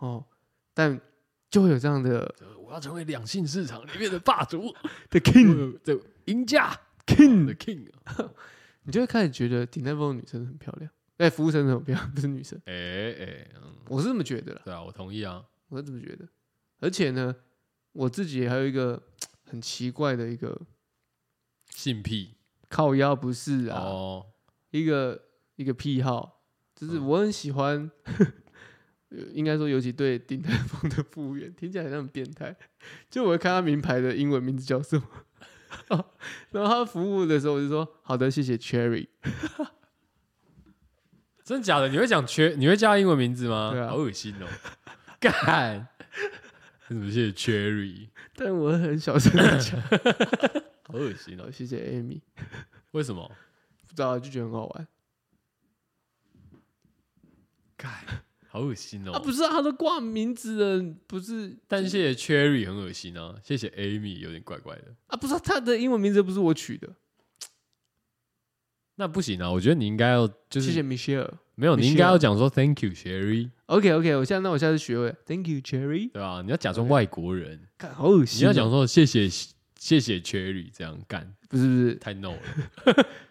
Speaker 2: 哦，但就会有这样的
Speaker 1: 我要成为两性市场里面的霸主
Speaker 2: 的 king，
Speaker 1: 的赢家，king 的 king。
Speaker 2: 你就会开始觉得顶泰丰的女生很漂亮，哎，服务生很漂亮，不是女生，
Speaker 1: 哎哎，嗯，
Speaker 2: 我是这么觉得啦，
Speaker 1: 对啊，我同意啊。
Speaker 2: 我是这么觉得，而且呢，我自己还有一个很奇怪的一个
Speaker 1: 性癖
Speaker 2: 靠腰不是啊，
Speaker 1: 哦，
Speaker 2: 一个一个癖好，就是
Speaker 1: 嗯
Speaker 2: 我很喜欢， 呃应该说尤其对鼎泰丰的服务员，听起来好像很变态。就我会看他名牌的英文名字叫什么， 然后他服务的时候我就说好的，谢谢 Cherry。
Speaker 1: 真假的？你会讲缺？你会叫他英文名字吗
Speaker 2: 对？啊
Speaker 1: 好恶心哦， 干！为什么谢谢 Cherry？
Speaker 2: 但我很小声的讲，
Speaker 1: 好恶心
Speaker 2: 好
Speaker 1: 哦，
Speaker 2: 谢谢 Amy，
Speaker 1: 为什么？
Speaker 2: 不知道就觉得很好玩。
Speaker 1: 干，好恶心
Speaker 2: 啊，
Speaker 1: 哦
Speaker 2: 不。是啊，他都挂名字了，不是
Speaker 1: 但谢谢 Cherry 很恶心啊，谢谢 Amy 有点怪怪的。
Speaker 2: 啊，不是啊、他的英文名字不是我取的，
Speaker 1: 那不行啊，我觉得你应该要就是
Speaker 2: 谢谢 Michelle。
Speaker 1: 没有，
Speaker 2: 你
Speaker 1: 你应
Speaker 2: 需
Speaker 1: 该
Speaker 2: 要
Speaker 1: 要讲说 Thank you Sherry，
Speaker 2: OK OK，我下那我下次学会，Thank you Cherry。
Speaker 1: 对吧？你要假装外国人，
Speaker 2: 看好恶
Speaker 1: 你
Speaker 2: 心哦、
Speaker 1: 要讲说谢谢谢谢 Cherry，这样干
Speaker 2: 不是不是，
Speaker 1: 太 no 了。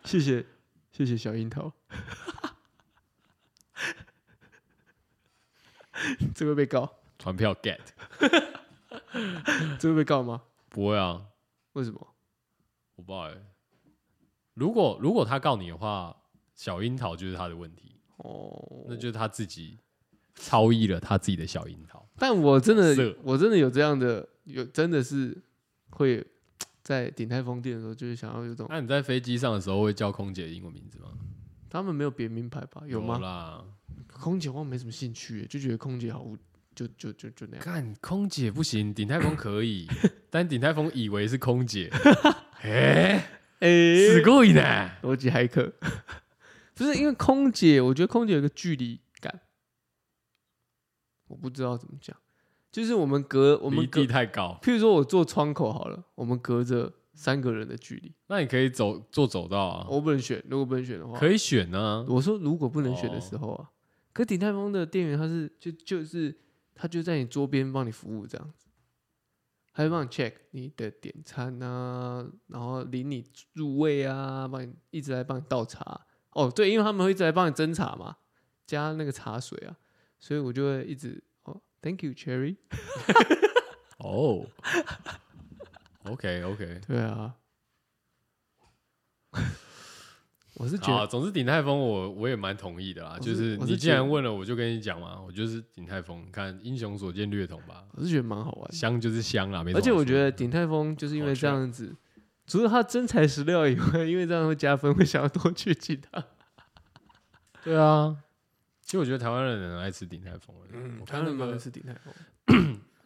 Speaker 2: 谢谢谢谢小樱桃， 这会被告，
Speaker 1: 传票 get
Speaker 2: 这会被告吗？
Speaker 1: 不会啊，
Speaker 2: 为什么？
Speaker 1: 我不知道欸如果如果他告你的话，小樱桃就是他的问题，
Speaker 2: 哦，
Speaker 1: 那就是他自己超译了他自己的小樱桃。
Speaker 2: 但我真的
Speaker 3: 色，
Speaker 2: 我真的有这样的，有真的是会在顶泰丰店的时候，就是想要有种，
Speaker 1: 那你在飞机上的时候会叫空姐的英文名字吗？
Speaker 2: 他们没有别名牌吧？有吗？
Speaker 1: 啦，
Speaker 2: 空姐我没什么兴趣耶，就觉得空姐好无，就就就就那样。
Speaker 1: 干空姐不行，鼎泰丰可 以，但鼎泰丰以为是空姐，哎、
Speaker 2: 哎、
Speaker 1: すごい呢。
Speaker 2: 逻辑骇客， 不是因为空姐，我觉得空姐有个距离感，我不知道怎么讲，就是我们隔我们
Speaker 1: 离
Speaker 2: 隔，
Speaker 1: 地太高，
Speaker 2: 譬如说我坐窗口好了，我们隔着三个人的距离，
Speaker 1: 那你可以走坐走道啊，
Speaker 2: 我不能选，如果不能选的话，
Speaker 1: 可以选啊呢、
Speaker 2: 我说如果不能选的
Speaker 1: 哦
Speaker 2: 时候啊，可鼎泰丰的店员他是就就是他就在你桌边帮你服务这样子，他会帮你 check 你的点餐啊，然后领你入位啊，帮你一直来帮你倒茶。哦，对，因为他们会一直来帮你斟茶嘛，加那个茶水啊，所以我就会一直哦，Thank you Cherry。
Speaker 1: 哦、o k OK，
Speaker 2: 对啊， 我是觉
Speaker 1: 好，
Speaker 2: 得
Speaker 1: 总之鼎泰丰我我也蛮同意的啦，
Speaker 2: 我
Speaker 1: 就是是
Speaker 2: 我
Speaker 1: 你
Speaker 2: 是
Speaker 1: 既
Speaker 2: 觉
Speaker 1: 然
Speaker 2: 得
Speaker 1: 问了，我就跟你讲嘛，我就是鼎泰丰，看英雄所见略同吧，
Speaker 2: 我是觉得蛮好玩的。
Speaker 1: 香就是香啦，没什么
Speaker 2: 嗯而且
Speaker 1: 好
Speaker 2: 我
Speaker 1: 说嗯
Speaker 2: 觉得鼎泰丰就是因
Speaker 1: 好
Speaker 2: 为
Speaker 1: 吃
Speaker 2: 这
Speaker 1: 啊
Speaker 2: 样子，除了他真材实料以外，因为这样会加分，会想要多去其他。
Speaker 1: 对啊，其实我觉得台湾人很爱吃鼎泰丰的。
Speaker 2: 嗯
Speaker 1: 我嗯看那个
Speaker 2: 是鼎泰丰，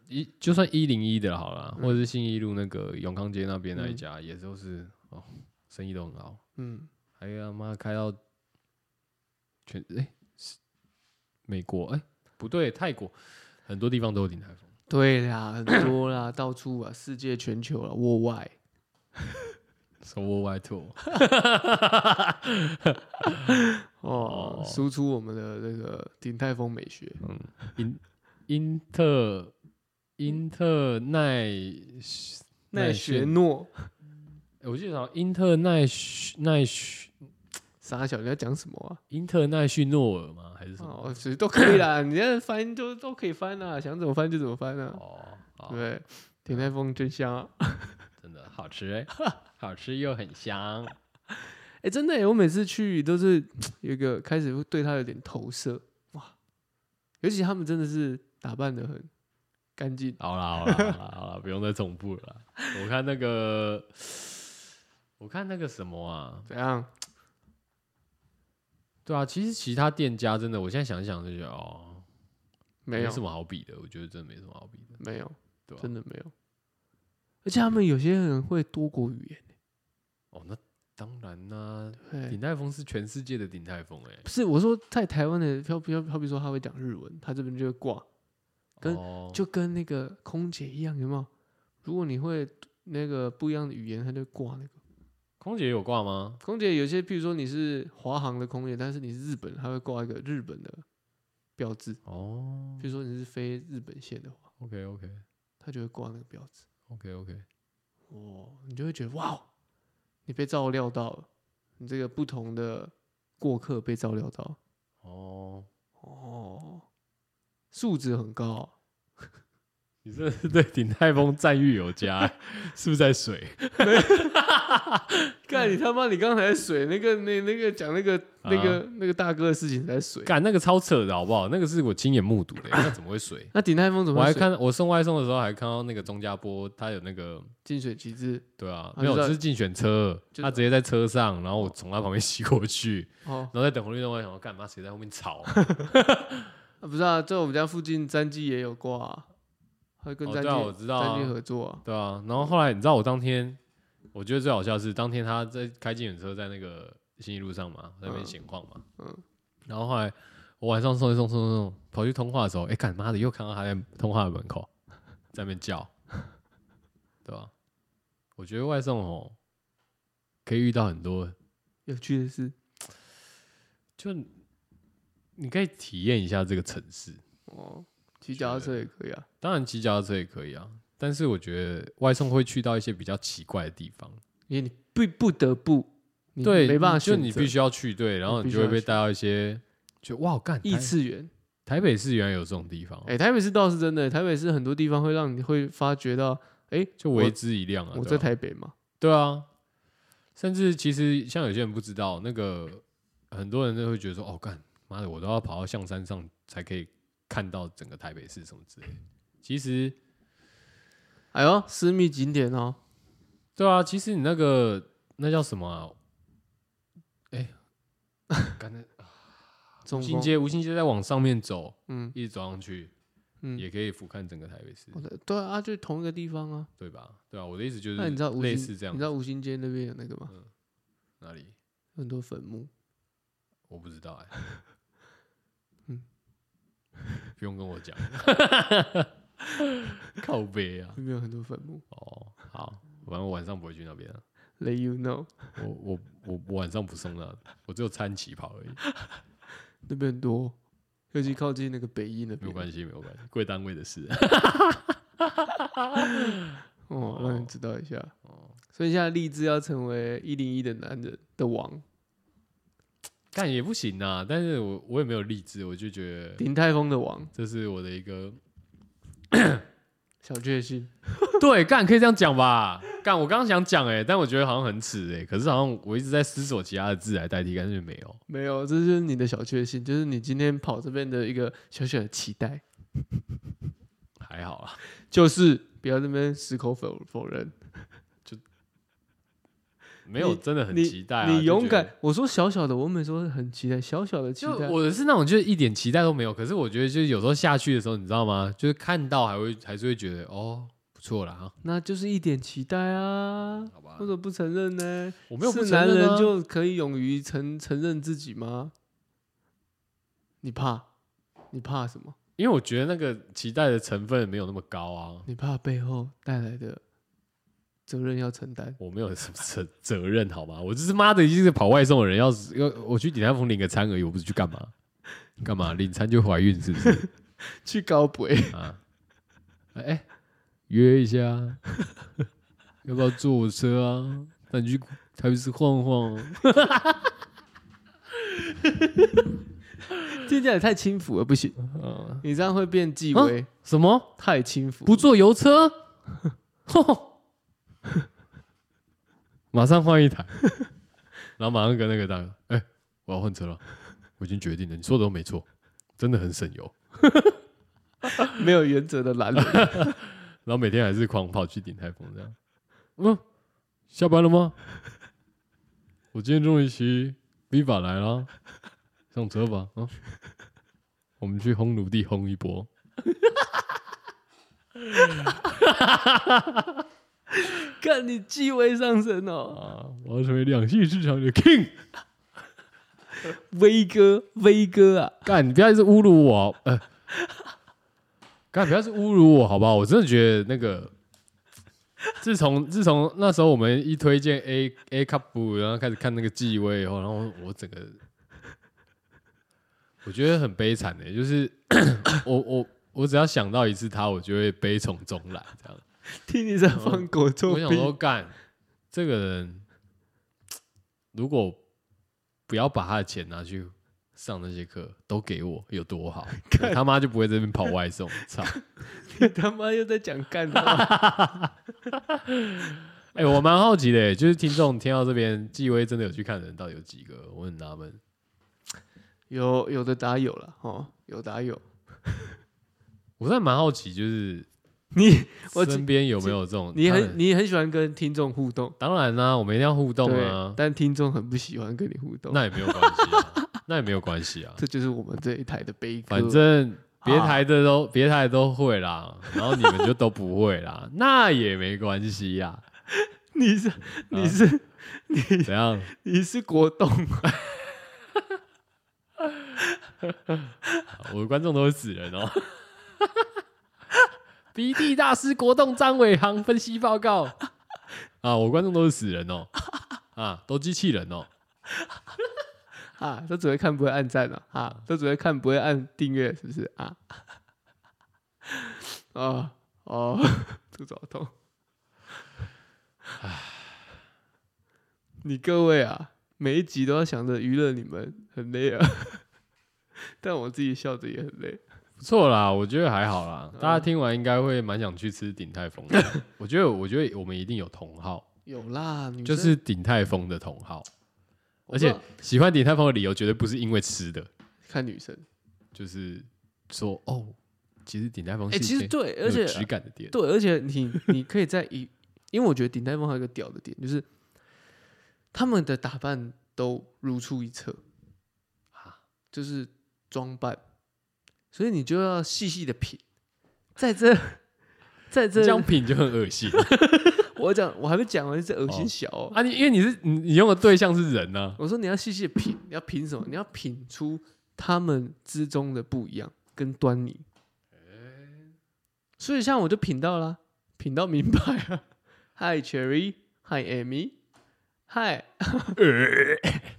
Speaker 1: 一就算一零一的好了，
Speaker 2: 嗯
Speaker 1: 或者是信义路那个永康街那边那一
Speaker 2: 嗯
Speaker 1: 家，也都是哦，生意都很好。
Speaker 2: 嗯，
Speaker 1: 还有他妈开到全哎、是美国哎、不对，泰国很多地方都有鼎泰丰。
Speaker 2: 对啦，很多啦，到处啊，世界全球啊，国外。
Speaker 1: So worldwide tour，
Speaker 2: 哦
Speaker 1: 哦，
Speaker 2: 输出我们的那个鼎泰丰美学，
Speaker 1: 英英特英特奈，
Speaker 2: 奈
Speaker 1: 奈
Speaker 2: 雪
Speaker 1: 炫
Speaker 2: 诺，
Speaker 1: 我记得好像英特奈许奈许
Speaker 2: 傻小，你在讲什么啊？
Speaker 1: 英特奈旭诺尔吗？还是什么？
Speaker 2: 哦，其实都可以啦，你这翻都都可以翻啦，想怎么翻就怎么翻啦。
Speaker 1: 哦，好
Speaker 2: 对，鼎泰丰真香啊！
Speaker 1: 真的好吃 哎、好吃又很香。
Speaker 2: 哎、真的耶、我每次去都是有一个开始会对他有点投射，哇！尤其他们真的是打扮的很干净，
Speaker 1: 好啦好啦好啦好啦，不用再重复了啦。我看那个，我看那个什么啊，
Speaker 2: 怎样？
Speaker 1: 对啊，其实其他店家真的，我现在想一想就觉得哦，
Speaker 2: 没有，
Speaker 1: 什么好比的，我觉得真的没什么好比的，
Speaker 2: 没有，
Speaker 1: 对吧、
Speaker 2: 真的没有。而且他们有些人会多国语言
Speaker 1: 哦，那当然啦、
Speaker 2: 欸，
Speaker 1: 鼎
Speaker 2: 对，
Speaker 1: 泰丰是全世界的鼎泰丰哎、
Speaker 2: 不是我说在台湾的，飘飘好比说他会讲日文，他这边就会挂，跟
Speaker 1: 哦
Speaker 2: 就跟那个空姐一样，有没有？如果你会那个不一样的语言，他就挂那个。
Speaker 1: 空姐有挂吗？
Speaker 2: 空姐有些，譬如说你是华航的空姐，但是你是日本，他会挂一个日本的标志。
Speaker 1: 哦
Speaker 2: 比如说你是飞日本线的话，
Speaker 1: ，OK OK
Speaker 2: 它就会挂那个标志，
Speaker 1: OK OK，
Speaker 2: 哦，你就会觉得哇，你被照料到了，你这个不同的过客被照料到，
Speaker 1: 哦，
Speaker 2: 哦，素质很高、哦
Speaker 1: 你真的
Speaker 2: 嗯
Speaker 1: 是 对鼎泰丰赞誉有加 欸、是不是在水？
Speaker 2: 干
Speaker 1: 嗯
Speaker 2: 你他妈！你刚才水那个那那个讲那个那个、那个大哥的事情才水。？
Speaker 1: 啊干那个超扯的好不好？那个是我亲眼目睹的、那怎么会水
Speaker 2: 那鼎泰丰怎么
Speaker 1: 我还
Speaker 2: 水
Speaker 1: 看我送外送的时候还看到那个钟家波，他有那个
Speaker 2: 进水旗帜？
Speaker 1: 对啊，
Speaker 2: 啊
Speaker 1: 没有，
Speaker 2: 就
Speaker 1: 这
Speaker 2: 是
Speaker 1: 是竞选车，
Speaker 2: 就是
Speaker 1: 他直接在车上，然后我从他旁边 骑过去，
Speaker 2: 哦，
Speaker 1: 然后在等红绿灯，我还想说干嘛谁在后面吵？
Speaker 2: 啊、不是啊，在我们家附近詹记也有挂、啊，他跟
Speaker 1: 哦
Speaker 2: 詹记、
Speaker 1: 对啊我知道啊
Speaker 2: 詹记合作啊。
Speaker 1: 对啊，然后后来你知道我当天，我觉得最好笑的是当天他在开竞选车在那个新一路上嘛，在那边
Speaker 2: 嗯
Speaker 1: 闲晃嘛，嗯
Speaker 2: 嗯，
Speaker 1: 然后后来我晚上送一送送一送，跑去通话的时候，哎干妈的又看到他在通话的门口在那边叫， 对吧、我觉得外送哦，可以遇到很多，
Speaker 2: 有趣的是，
Speaker 1: 就你可以体验一下这个城市。
Speaker 2: 哦，骑脚踏车也可以啊。
Speaker 1: 当然骑脚踏车也可以啊，但是我觉得外送会去到一些比较奇怪的地方，
Speaker 2: 因为你不不得不，你
Speaker 1: 对，
Speaker 2: 没办法
Speaker 1: 就
Speaker 2: 选
Speaker 1: 你
Speaker 2: 择
Speaker 1: 必须要去，对，然后你
Speaker 2: 必须
Speaker 1: 就会
Speaker 2: 要
Speaker 1: 被
Speaker 2: 去
Speaker 1: 带到一些，就哇干，
Speaker 2: 异
Speaker 1: 台
Speaker 2: 次元。
Speaker 1: 台北市原来有这种地方哦，
Speaker 2: 哎、台北市倒是真的，台北市很多地方会让你会发觉到，哎、
Speaker 1: 就为之一亮啊。
Speaker 2: 我
Speaker 1: 对
Speaker 2: 在
Speaker 1: 吧
Speaker 2: 台北嘛，
Speaker 1: 对啊，甚至其实像有些人不知道，那个很多人都会觉得说，哦干，妈的，我都要跑到象山上才可以看到整个台北市什么之类的。其实，
Speaker 2: 哎呦，私密景点哦，
Speaker 1: 对啊，其实你那个那叫什么啊？哎、刚才
Speaker 2: 中
Speaker 1: 吴兴
Speaker 2: 风，
Speaker 1: 街，吴兴街再往上面走，
Speaker 2: 嗯
Speaker 1: 一直走上去，
Speaker 2: 嗯，
Speaker 1: 也可以俯瞰整个台北市，
Speaker 2: 我的对啊，就同一个地方啊。
Speaker 1: 对吧？对啊，我的意思就是，
Speaker 2: 那你知道吴
Speaker 1: 类
Speaker 2: 兴，
Speaker 1: 似这样嗯
Speaker 2: 你知道吴兴街那边有那个吗？
Speaker 1: 哪里？
Speaker 2: 有很多坟墓，
Speaker 1: 我不知道哎、
Speaker 2: 嗯
Speaker 1: 不用跟我讲，靠背啊。
Speaker 2: 那边有很多坟墓。
Speaker 1: 哦，好，反正我晚上不会去那边、啊，
Speaker 2: Let you know，
Speaker 1: 我我我我晚上不送那，我只有参旗袍而已，
Speaker 2: 那边很多，尤其靠近那个北一那
Speaker 1: 没有
Speaker 2: 边。
Speaker 1: 关系，没有关系，贵单位的事。
Speaker 2: 哦，让你知道一下。
Speaker 1: 哦
Speaker 2: 哦，所以现在立志要成为一零一的男人的王，
Speaker 1: 干也不行啊，但是我我也没有励志，我就觉得
Speaker 2: 顶泰丰的王，
Speaker 1: 这是我的一个
Speaker 2: 小确幸。
Speaker 1: 对，干可以这样讲吧？干，我刚刚想讲哎、但我觉得好像很耻哎、可是好像我一直在思索其他的字来代替，但是没有。
Speaker 2: 没有，这就是你的小确幸，就是你今天跑这边的一个小小的期待，
Speaker 1: 还好啊，
Speaker 2: 就是不要这边矢口否否认。
Speaker 1: 没有
Speaker 2: 你
Speaker 1: 真的很
Speaker 2: 你
Speaker 1: 期待、啊
Speaker 2: 你勇
Speaker 1: 就觉
Speaker 2: 敢。我说小小的，我没说很期待，小小的期
Speaker 1: 得。
Speaker 2: 待
Speaker 1: 就。我是那种就是一点期待都没有，可是我觉得就是有时候下去的时候，你知道吗？就是看到还会还是会觉得哦不错啦哈，
Speaker 2: 那就是一点期待啊！
Speaker 1: 好吧
Speaker 2: 为什，么不承认呢？
Speaker 1: 我没有不
Speaker 2: 是
Speaker 1: 承
Speaker 2: 男
Speaker 1: 认啊
Speaker 2: 人就可以勇于承承认自己吗？你怕？你怕什么？
Speaker 1: 因为我觉得那个期待的成分没有那么高啊，
Speaker 2: 你怕背后带来的责任要承担？
Speaker 1: 我没有什么责 责任好吗？我就是妈的已经是跑外送的人，要是要我去鼎泰丰领个餐而已，我不是去干嘛？干嘛领餐就怀孕是不是
Speaker 2: 去高 北，
Speaker 1: 啊？哎、哎约一下啊，要不要坐我车啊？带你去台北市晃晃啊、
Speaker 2: 这样也太轻浮了，不行，
Speaker 1: 啊
Speaker 2: 你这样会变纪委，
Speaker 1: 什么
Speaker 2: 太轻浮。
Speaker 1: 不坐油车？ 吼马上换一台，然后马上跟那个大哥，哎、我要换车了，我已经决定了，你说的都没错，真的很省油。
Speaker 2: 没有原则的男 人，
Speaker 1: 然后每天还是狂跑去顶台风这样。嗯，下班了吗？我今天终于骑 Viva 来了，上车吧。嗯，我们去烘炉地烘一波。
Speaker 2: 看你纪委上升哦，
Speaker 1: 啊，我要成为两性市场的 King。
Speaker 2: 威哥，威哥啊，
Speaker 1: 干，你不要一直侮辱我，呃，干，不要是侮辱我，好不好？我真的觉得那个，自从自从那时候我们一推荐 A A cup，然后开始看那个纪委以后，然后我整个，我觉得很悲惨的、就是 我我我只要想到一次他，我就会悲从中来，这样。
Speaker 2: 听你在放狗臭
Speaker 1: 我想说，
Speaker 2: 屁，
Speaker 1: 干这个人，如果不要把他的钱拿去上那些课，都给我有多好？我他妈就不会在这边跑外送。操！
Speaker 2: 你他妈又在讲干 话，
Speaker 1: 哎、我蛮好奇的、就是听众听到这边，纪薇真的有去看的人到底有几个？我很纳闷。
Speaker 2: 有有的打有了哦，有打有，
Speaker 1: 我真的蛮好奇，就是
Speaker 2: 你我
Speaker 1: 身边有没有这种？
Speaker 2: 你
Speaker 1: 当然
Speaker 2: 很你很喜欢跟听众互动，
Speaker 1: 当然啦、我们一定要互动
Speaker 2: 对
Speaker 1: 啊，。
Speaker 2: 但听众很不喜欢跟你互动，
Speaker 1: 那也没有关系、啊，那也没有关 系啊。
Speaker 2: 这就是我们这一台的悲歌。
Speaker 1: 反正
Speaker 2: 啊
Speaker 1: 别台的都别台的都会啦，然后你们就都不会啦，那也没关系啦。
Speaker 2: 你
Speaker 1: 啊
Speaker 2: 是你是、
Speaker 1: 怎样？
Speaker 2: 你是国栋啊，
Speaker 1: 我的观众都是死人哦。 鼻涕大师国栋张伟航分析报告啊，我观众都是死人哦，啊，都机器人哦，
Speaker 2: 啊， 都只会看不会按赞了啊都只会看不会按订阅，是不是啊？ 啊哦， 肚子好痛。 你各位啊，每一集都要想着娱乐你们，很累啊。 但我自己笑着也很累。
Speaker 1: 不错啦，我觉得还好啦。
Speaker 2: 嗯
Speaker 1: 大家听完应该会蛮想去吃鼎泰丰的。 我觉得，我觉得我们一定有同好，
Speaker 2: 有啦，女生
Speaker 1: 就是鼎泰丰的同好，而
Speaker 2: 我不知
Speaker 1: 且
Speaker 2: 道
Speaker 1: 喜欢鼎泰丰的理由绝对不是因为吃的。
Speaker 2: 看女生。
Speaker 1: 就是说哦，其实顶戴风
Speaker 2: 哎、
Speaker 1: 是一
Speaker 2: 其实
Speaker 1: 件
Speaker 2: 对，
Speaker 1: 很
Speaker 2: 而
Speaker 1: 有
Speaker 2: 且
Speaker 1: 质感的点，
Speaker 2: 对，而且你你可以在一，因为我觉得顶戴峰还有一个屌的点，就是他们的打扮都如出一辙
Speaker 1: 啊
Speaker 2: 啊，就是装扮，所以你就要细细的品，在这，在这
Speaker 1: 这，样品就很恶心
Speaker 2: 我讲我还没讲完，这恶心
Speaker 1: 哦
Speaker 2: 小、哦
Speaker 1: 啊！你因为你是你你用的对象是人啊呢、
Speaker 2: 我说你要细细的品，你要品什么？你要品出他们之中的不一样跟端倪。所以像我就品到啦，品到明白啊。Hi Cherry, Hi Amy, Hi
Speaker 1: 呃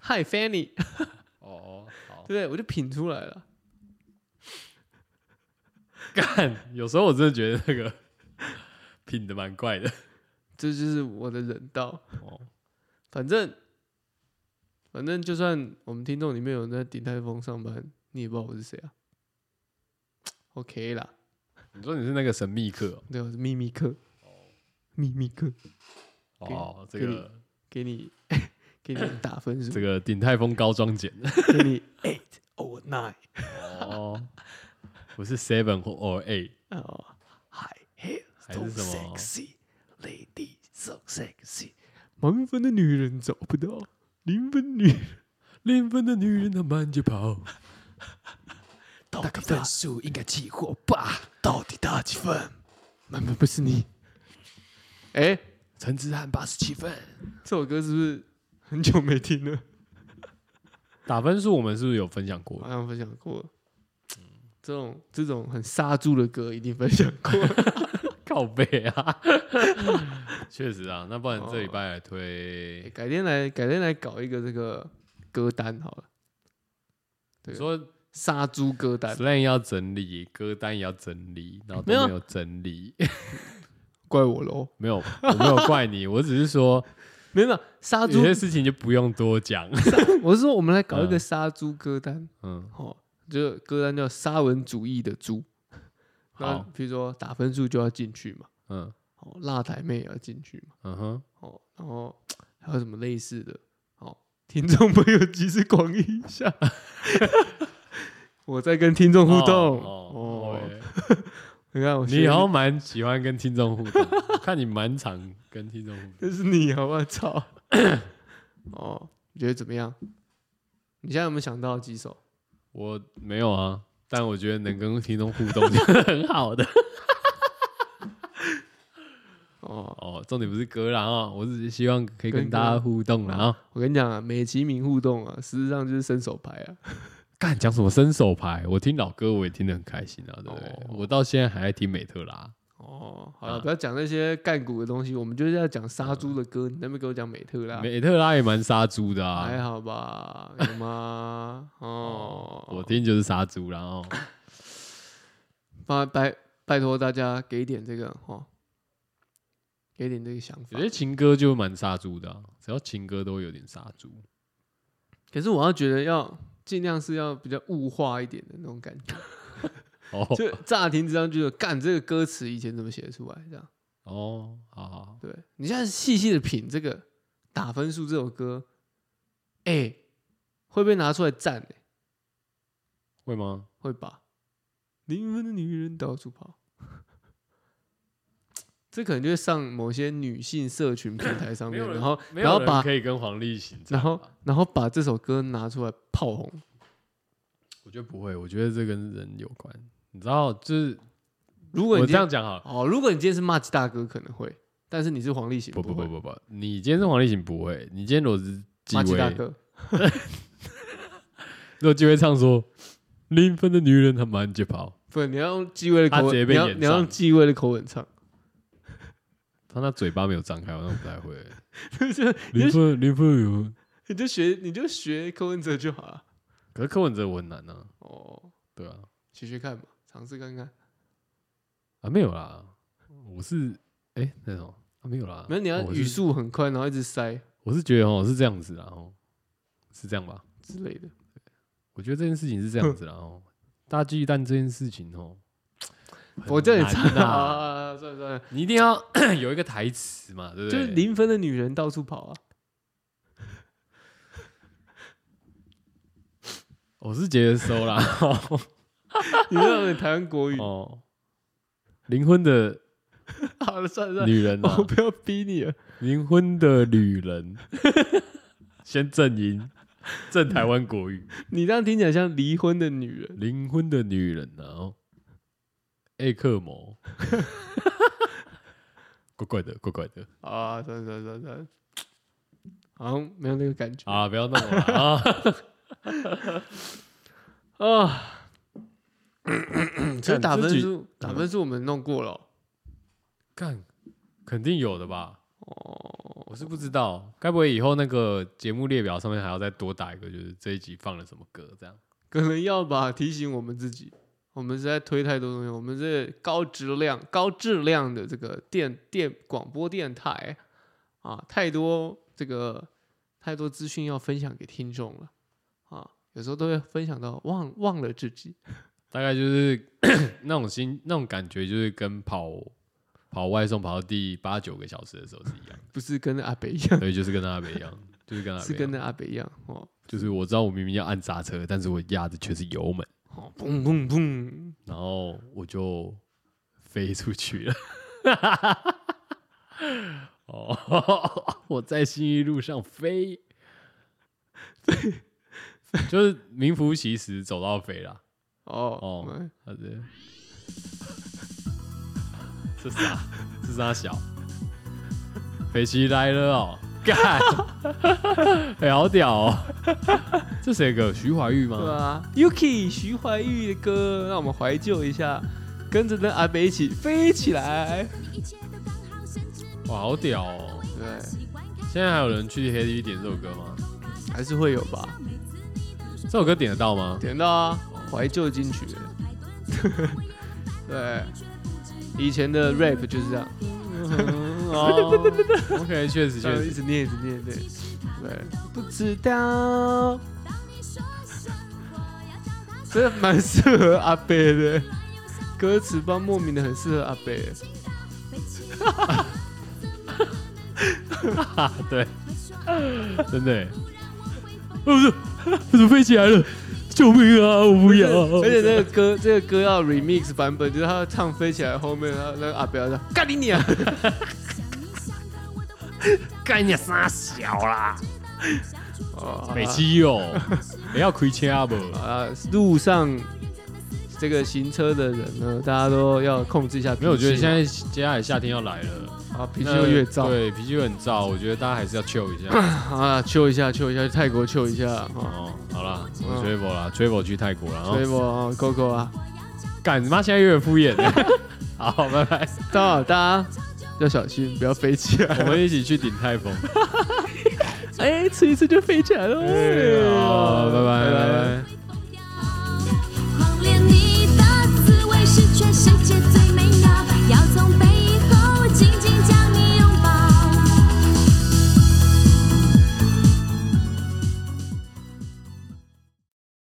Speaker 2: Hi Fanny，
Speaker 1: 哦，好
Speaker 2: 对不对？我就品出来了。
Speaker 1: 干，有时候我真的觉得那个品的蛮怪的
Speaker 2: 这就是我的人道。
Speaker 1: 哦。
Speaker 2: 反正反正就算我们听众里面有人在鼎泰丰上班，你也不知道我是谁啊。OK 啦，
Speaker 1: 你说你是那个神秘客
Speaker 2: 对，我是秘密客，秘密客。
Speaker 1: 哦，
Speaker 2: 给
Speaker 1: 哦这
Speaker 2: 给你
Speaker 1: 个
Speaker 2: 给你 给你打分数
Speaker 1: 这，个鼎泰丰高装简
Speaker 2: 给你 eight or nine
Speaker 1: 哦，我是 seven 或 or eight
Speaker 2: 哦，Hi hair
Speaker 1: 还
Speaker 2: so
Speaker 1: 是什么
Speaker 2: sexy lady so sexy，满分的女人找不到，零分女
Speaker 3: 零分的女人她慢着跑，
Speaker 2: 到底分数应该起火吧？到底打几分？满分不是你，哎，
Speaker 1: 陈之汉八十七分。
Speaker 2: 这首歌是不是很久没听了？
Speaker 1: 打分数我们是不是有分享过
Speaker 2: 好？像分享过了。这种这种很杀猪的歌一定分享过，
Speaker 1: 靠背啊，确实啊。那不然这礼拜来
Speaker 2: 哎
Speaker 1: 推，
Speaker 2: 改天来改天来搞一个这个歌单好了。
Speaker 1: 你说
Speaker 2: 杀猪歌单，
Speaker 1: slang 要整理，歌单也要整理，然后都
Speaker 2: 没有啊
Speaker 1: 没有整理，
Speaker 2: 怪我喽。
Speaker 1: 没有，我没有怪你，我只是说
Speaker 2: 没有没有杀
Speaker 1: 有
Speaker 2: 猪，
Speaker 1: 些事情就不用多讲。
Speaker 2: 我是说我们来搞一个
Speaker 1: 嗯
Speaker 2: 杀猪歌单，
Speaker 1: 嗯，
Speaker 2: 哦，就歌单叫沙文主义的猪。那
Speaker 1: 好
Speaker 2: 比如说打分数就要进去嘛，
Speaker 1: 嗯
Speaker 2: 哦，辣台妹也要进去嘛，
Speaker 1: 嗯哼，
Speaker 2: 哦，然后还有什么类似的？哦，听众朋友集思广益一 下，我在跟听众互动
Speaker 1: 哦
Speaker 2: 哦。
Speaker 1: 哦
Speaker 2: 你看我学
Speaker 1: 你好像蛮喜欢跟听众互动，我看你蛮常跟听众互动。
Speaker 2: 这是你好我操！ 哦，你觉得怎么样？你现在有没有想到几首？
Speaker 1: 我没有啊，但我觉得能跟听众互 动是很好的。
Speaker 2: 哦，
Speaker 1: 哦，重点不是歌啦啊，我只是希望可以跟
Speaker 2: 跟歌
Speaker 1: 大家互动啦啊。
Speaker 2: 我跟你讲啊，美其名互动啊，实质上就是伸手牌啊。
Speaker 1: 干讲什么伸手牌？我听老歌我也听得很开心啊，对不对？
Speaker 2: 哦
Speaker 1: 我到现在还在听美特拉，
Speaker 2: 哦，好了，
Speaker 1: 啊
Speaker 2: 不要讲那些干股的东西，我们就是要讲杀猪的歌。你那边给我讲美特啦，
Speaker 1: 嗯美特拉也蛮杀猪的
Speaker 2: 还
Speaker 1: 啊，
Speaker 2: 好吧？有吗？哦，
Speaker 1: 我听就是杀猪啦哦。
Speaker 2: 拜拜拜托大家给点这个哦，给点这个想法
Speaker 1: 有。些情歌就蛮杀猪的啊、只要情歌都有点杀猪。
Speaker 2: 可是我要觉得要尽量是要比较物化一点的那种感觉。
Speaker 1: 哦
Speaker 2: 就乍听之上就觉得干这个歌词以前怎么写得出来？这样，
Speaker 1: 哦，好好好，
Speaker 2: 对你现在细细的品这个打分数这首歌，哎、会被拿出来赞、欸，
Speaker 1: 会吗？
Speaker 2: 会吧？零分的女人到处跑， 这可能就会上某些女性社群平台上面，然后
Speaker 1: 没
Speaker 2: 然
Speaker 1: 有
Speaker 2: 后
Speaker 1: 人
Speaker 2: 把
Speaker 1: 可以跟黄立行这
Speaker 2: 然
Speaker 1: 样吧，
Speaker 2: 后然后把这首歌拿出来炮红，
Speaker 1: 我觉得不会，我觉得这跟人有关。你知道，就是
Speaker 2: 如果
Speaker 1: 我这
Speaker 2: 你今天
Speaker 1: 样讲好了，
Speaker 2: 哦，如果你今天是骂鸡大哥可能会，但是你是黄立行
Speaker 1: 不不
Speaker 2: 会
Speaker 1: 不不不，你今天是黄立行不会，你今天裸子纪
Speaker 2: 骂鸡大
Speaker 1: 委，
Speaker 2: 哥
Speaker 1: 若纪委唱说，
Speaker 3: 零分的女人她慢着跑。
Speaker 2: 不，你要用纪委的
Speaker 1: 他
Speaker 2: 口
Speaker 1: 直接
Speaker 2: 吻，
Speaker 1: 被
Speaker 2: 你要
Speaker 1: 演
Speaker 2: 你要用
Speaker 1: 上
Speaker 2: 纪委的口吻唱，
Speaker 1: 他那嘴巴没有张开，我那我不太会。
Speaker 2: 就是你
Speaker 3: 零
Speaker 2: 就
Speaker 3: 分零分有
Speaker 2: 你就学你就学柯文哲就好了。
Speaker 1: 可是柯文哲我很难啊，
Speaker 2: 哦，
Speaker 1: 对啊，
Speaker 2: 学学看嘛，尝试看看。
Speaker 1: 啊没有啦，我是哎、那种啊没有啦，
Speaker 2: 没有，你要
Speaker 1: 我是
Speaker 2: 语速很快，然后一直塞
Speaker 1: 我是觉得哦是这样子啦哦，是这样吧？
Speaker 2: 之类的。
Speaker 1: 我觉得这件事情是这样子 啦哦，大鸡蛋这件事情哦，
Speaker 2: 我叫你
Speaker 1: 很
Speaker 2: 唱
Speaker 1: 难
Speaker 2: 啊
Speaker 1: 啊，
Speaker 2: 啊，算了算了，
Speaker 1: 你一定要 有一个台词嘛，对不
Speaker 2: 就是
Speaker 1: 对？
Speaker 2: 零分的女人到处跑啊。
Speaker 1: 我是觉得收啦。
Speaker 2: 你知道你台湾国语？
Speaker 1: 哦，灵魂的
Speaker 2: 好了，算了算了，
Speaker 1: 女人啊
Speaker 2: 我，不要逼你了。
Speaker 1: 灵魂的女人，先正音，正台湾国语，
Speaker 2: 你这样听起来像离婚的女人，
Speaker 1: 灵魂的女人啊，哦艾克魔， 怪怪的，怪怪的，
Speaker 2: 啊，算了算了算了算了，好像没有那个感觉
Speaker 1: 啊，不要弄我了啊，
Speaker 2: 啊。 所以打
Speaker 1: 这
Speaker 2: 分
Speaker 1: 局
Speaker 2: 数，打分数我们弄过了哦。
Speaker 1: 干，肯定有的吧？
Speaker 2: 哦
Speaker 1: 我是不知道，该不会以后那个节目列表上面还要再多打一个，就是这一集放了什么歌这样？
Speaker 2: 可能要吧，提醒我们自己，我们实在推太多东西，我们这高质量、高质量的这个电电广播电台啊，太多这个太多资讯要分享给听众了啊，有时候都会分享到忘忘了自己。
Speaker 1: 大概就是 那种心那种感觉，就是跟跑跑外送跑到第八九个小时的时候是一样的，
Speaker 2: 不是跟那阿北一样，
Speaker 1: 对，就是跟阿北一样，就是跟阿北
Speaker 2: 是
Speaker 1: 一啊
Speaker 2: 跟
Speaker 1: 样，
Speaker 2: 那阿北一样哦
Speaker 1: 就是我知道我明明要按刹车，但是我压的却是油门，
Speaker 2: 哦，砰砰砰！
Speaker 1: 然后我就飞出去了。 哦，我在新一路上飞，就是名副其实走到飞啦。
Speaker 2: 哦
Speaker 1: 哦
Speaker 2: 嗯
Speaker 1: 好的， 是啥？是啥小？北齐来了哦， 干，哎好屌哦！这谁的歌？徐怀钰
Speaker 2: 对
Speaker 1: 吗？
Speaker 2: 啊，Yuki 徐怀钰的歌，让我们怀旧一下，跟着那阿北一起飞起来。
Speaker 1: 哇，好屌哦！
Speaker 2: 对，
Speaker 1: 现在还有人去 KTV 点这首歌吗？
Speaker 2: 还是会有吧，
Speaker 1: 这首歌点得到吗？
Speaker 2: 点到啊，怀旧金曲。 对，以前的 rap 就是这样，
Speaker 1: 哦，OK，确 实确
Speaker 2: 嗯就一
Speaker 1: 实，
Speaker 2: 直念一直念，对，对，不知道。这蛮适合阿贝的， 歌词帮莫名的很适合阿贝。
Speaker 1: 啊对，真的哦耶，
Speaker 3: 不是，我怎么飞起来了？救命啊！我不要、啊！
Speaker 2: 而且这个歌，这个歌要 remix 版本，就是他唱飞起来后面，他那个阿贝要唱干你娘，
Speaker 1: 干你傻小啦！
Speaker 2: 哦，
Speaker 1: 北齐 哦，不要亏钱啊不？
Speaker 2: 啊，路上这个行车的人呢，大家都要控制一下脾气
Speaker 1: 没有，我觉得现在接下来夏天要来了，
Speaker 2: 啊脾气
Speaker 1: 那
Speaker 2: 会越糟
Speaker 1: 对，脾气会很燥。我觉得大家还是要 chill 一下。
Speaker 2: 啊，秋一下，秋一下，去泰国秋一下啊，
Speaker 1: 哦，好啦，我 travel 啦，travel 去泰国啦。
Speaker 2: 所以
Speaker 1: 哦，
Speaker 2: 我啊，Coco 啊，
Speaker 1: 干你妈，现在有点敷 衍了。好，拜拜，
Speaker 2: 到大家要小心，不要飞起来，哎
Speaker 1: 我们 一起去顶泰丰。
Speaker 2: 哎，吃一次就飞起来了，
Speaker 1: 哎好拜拜。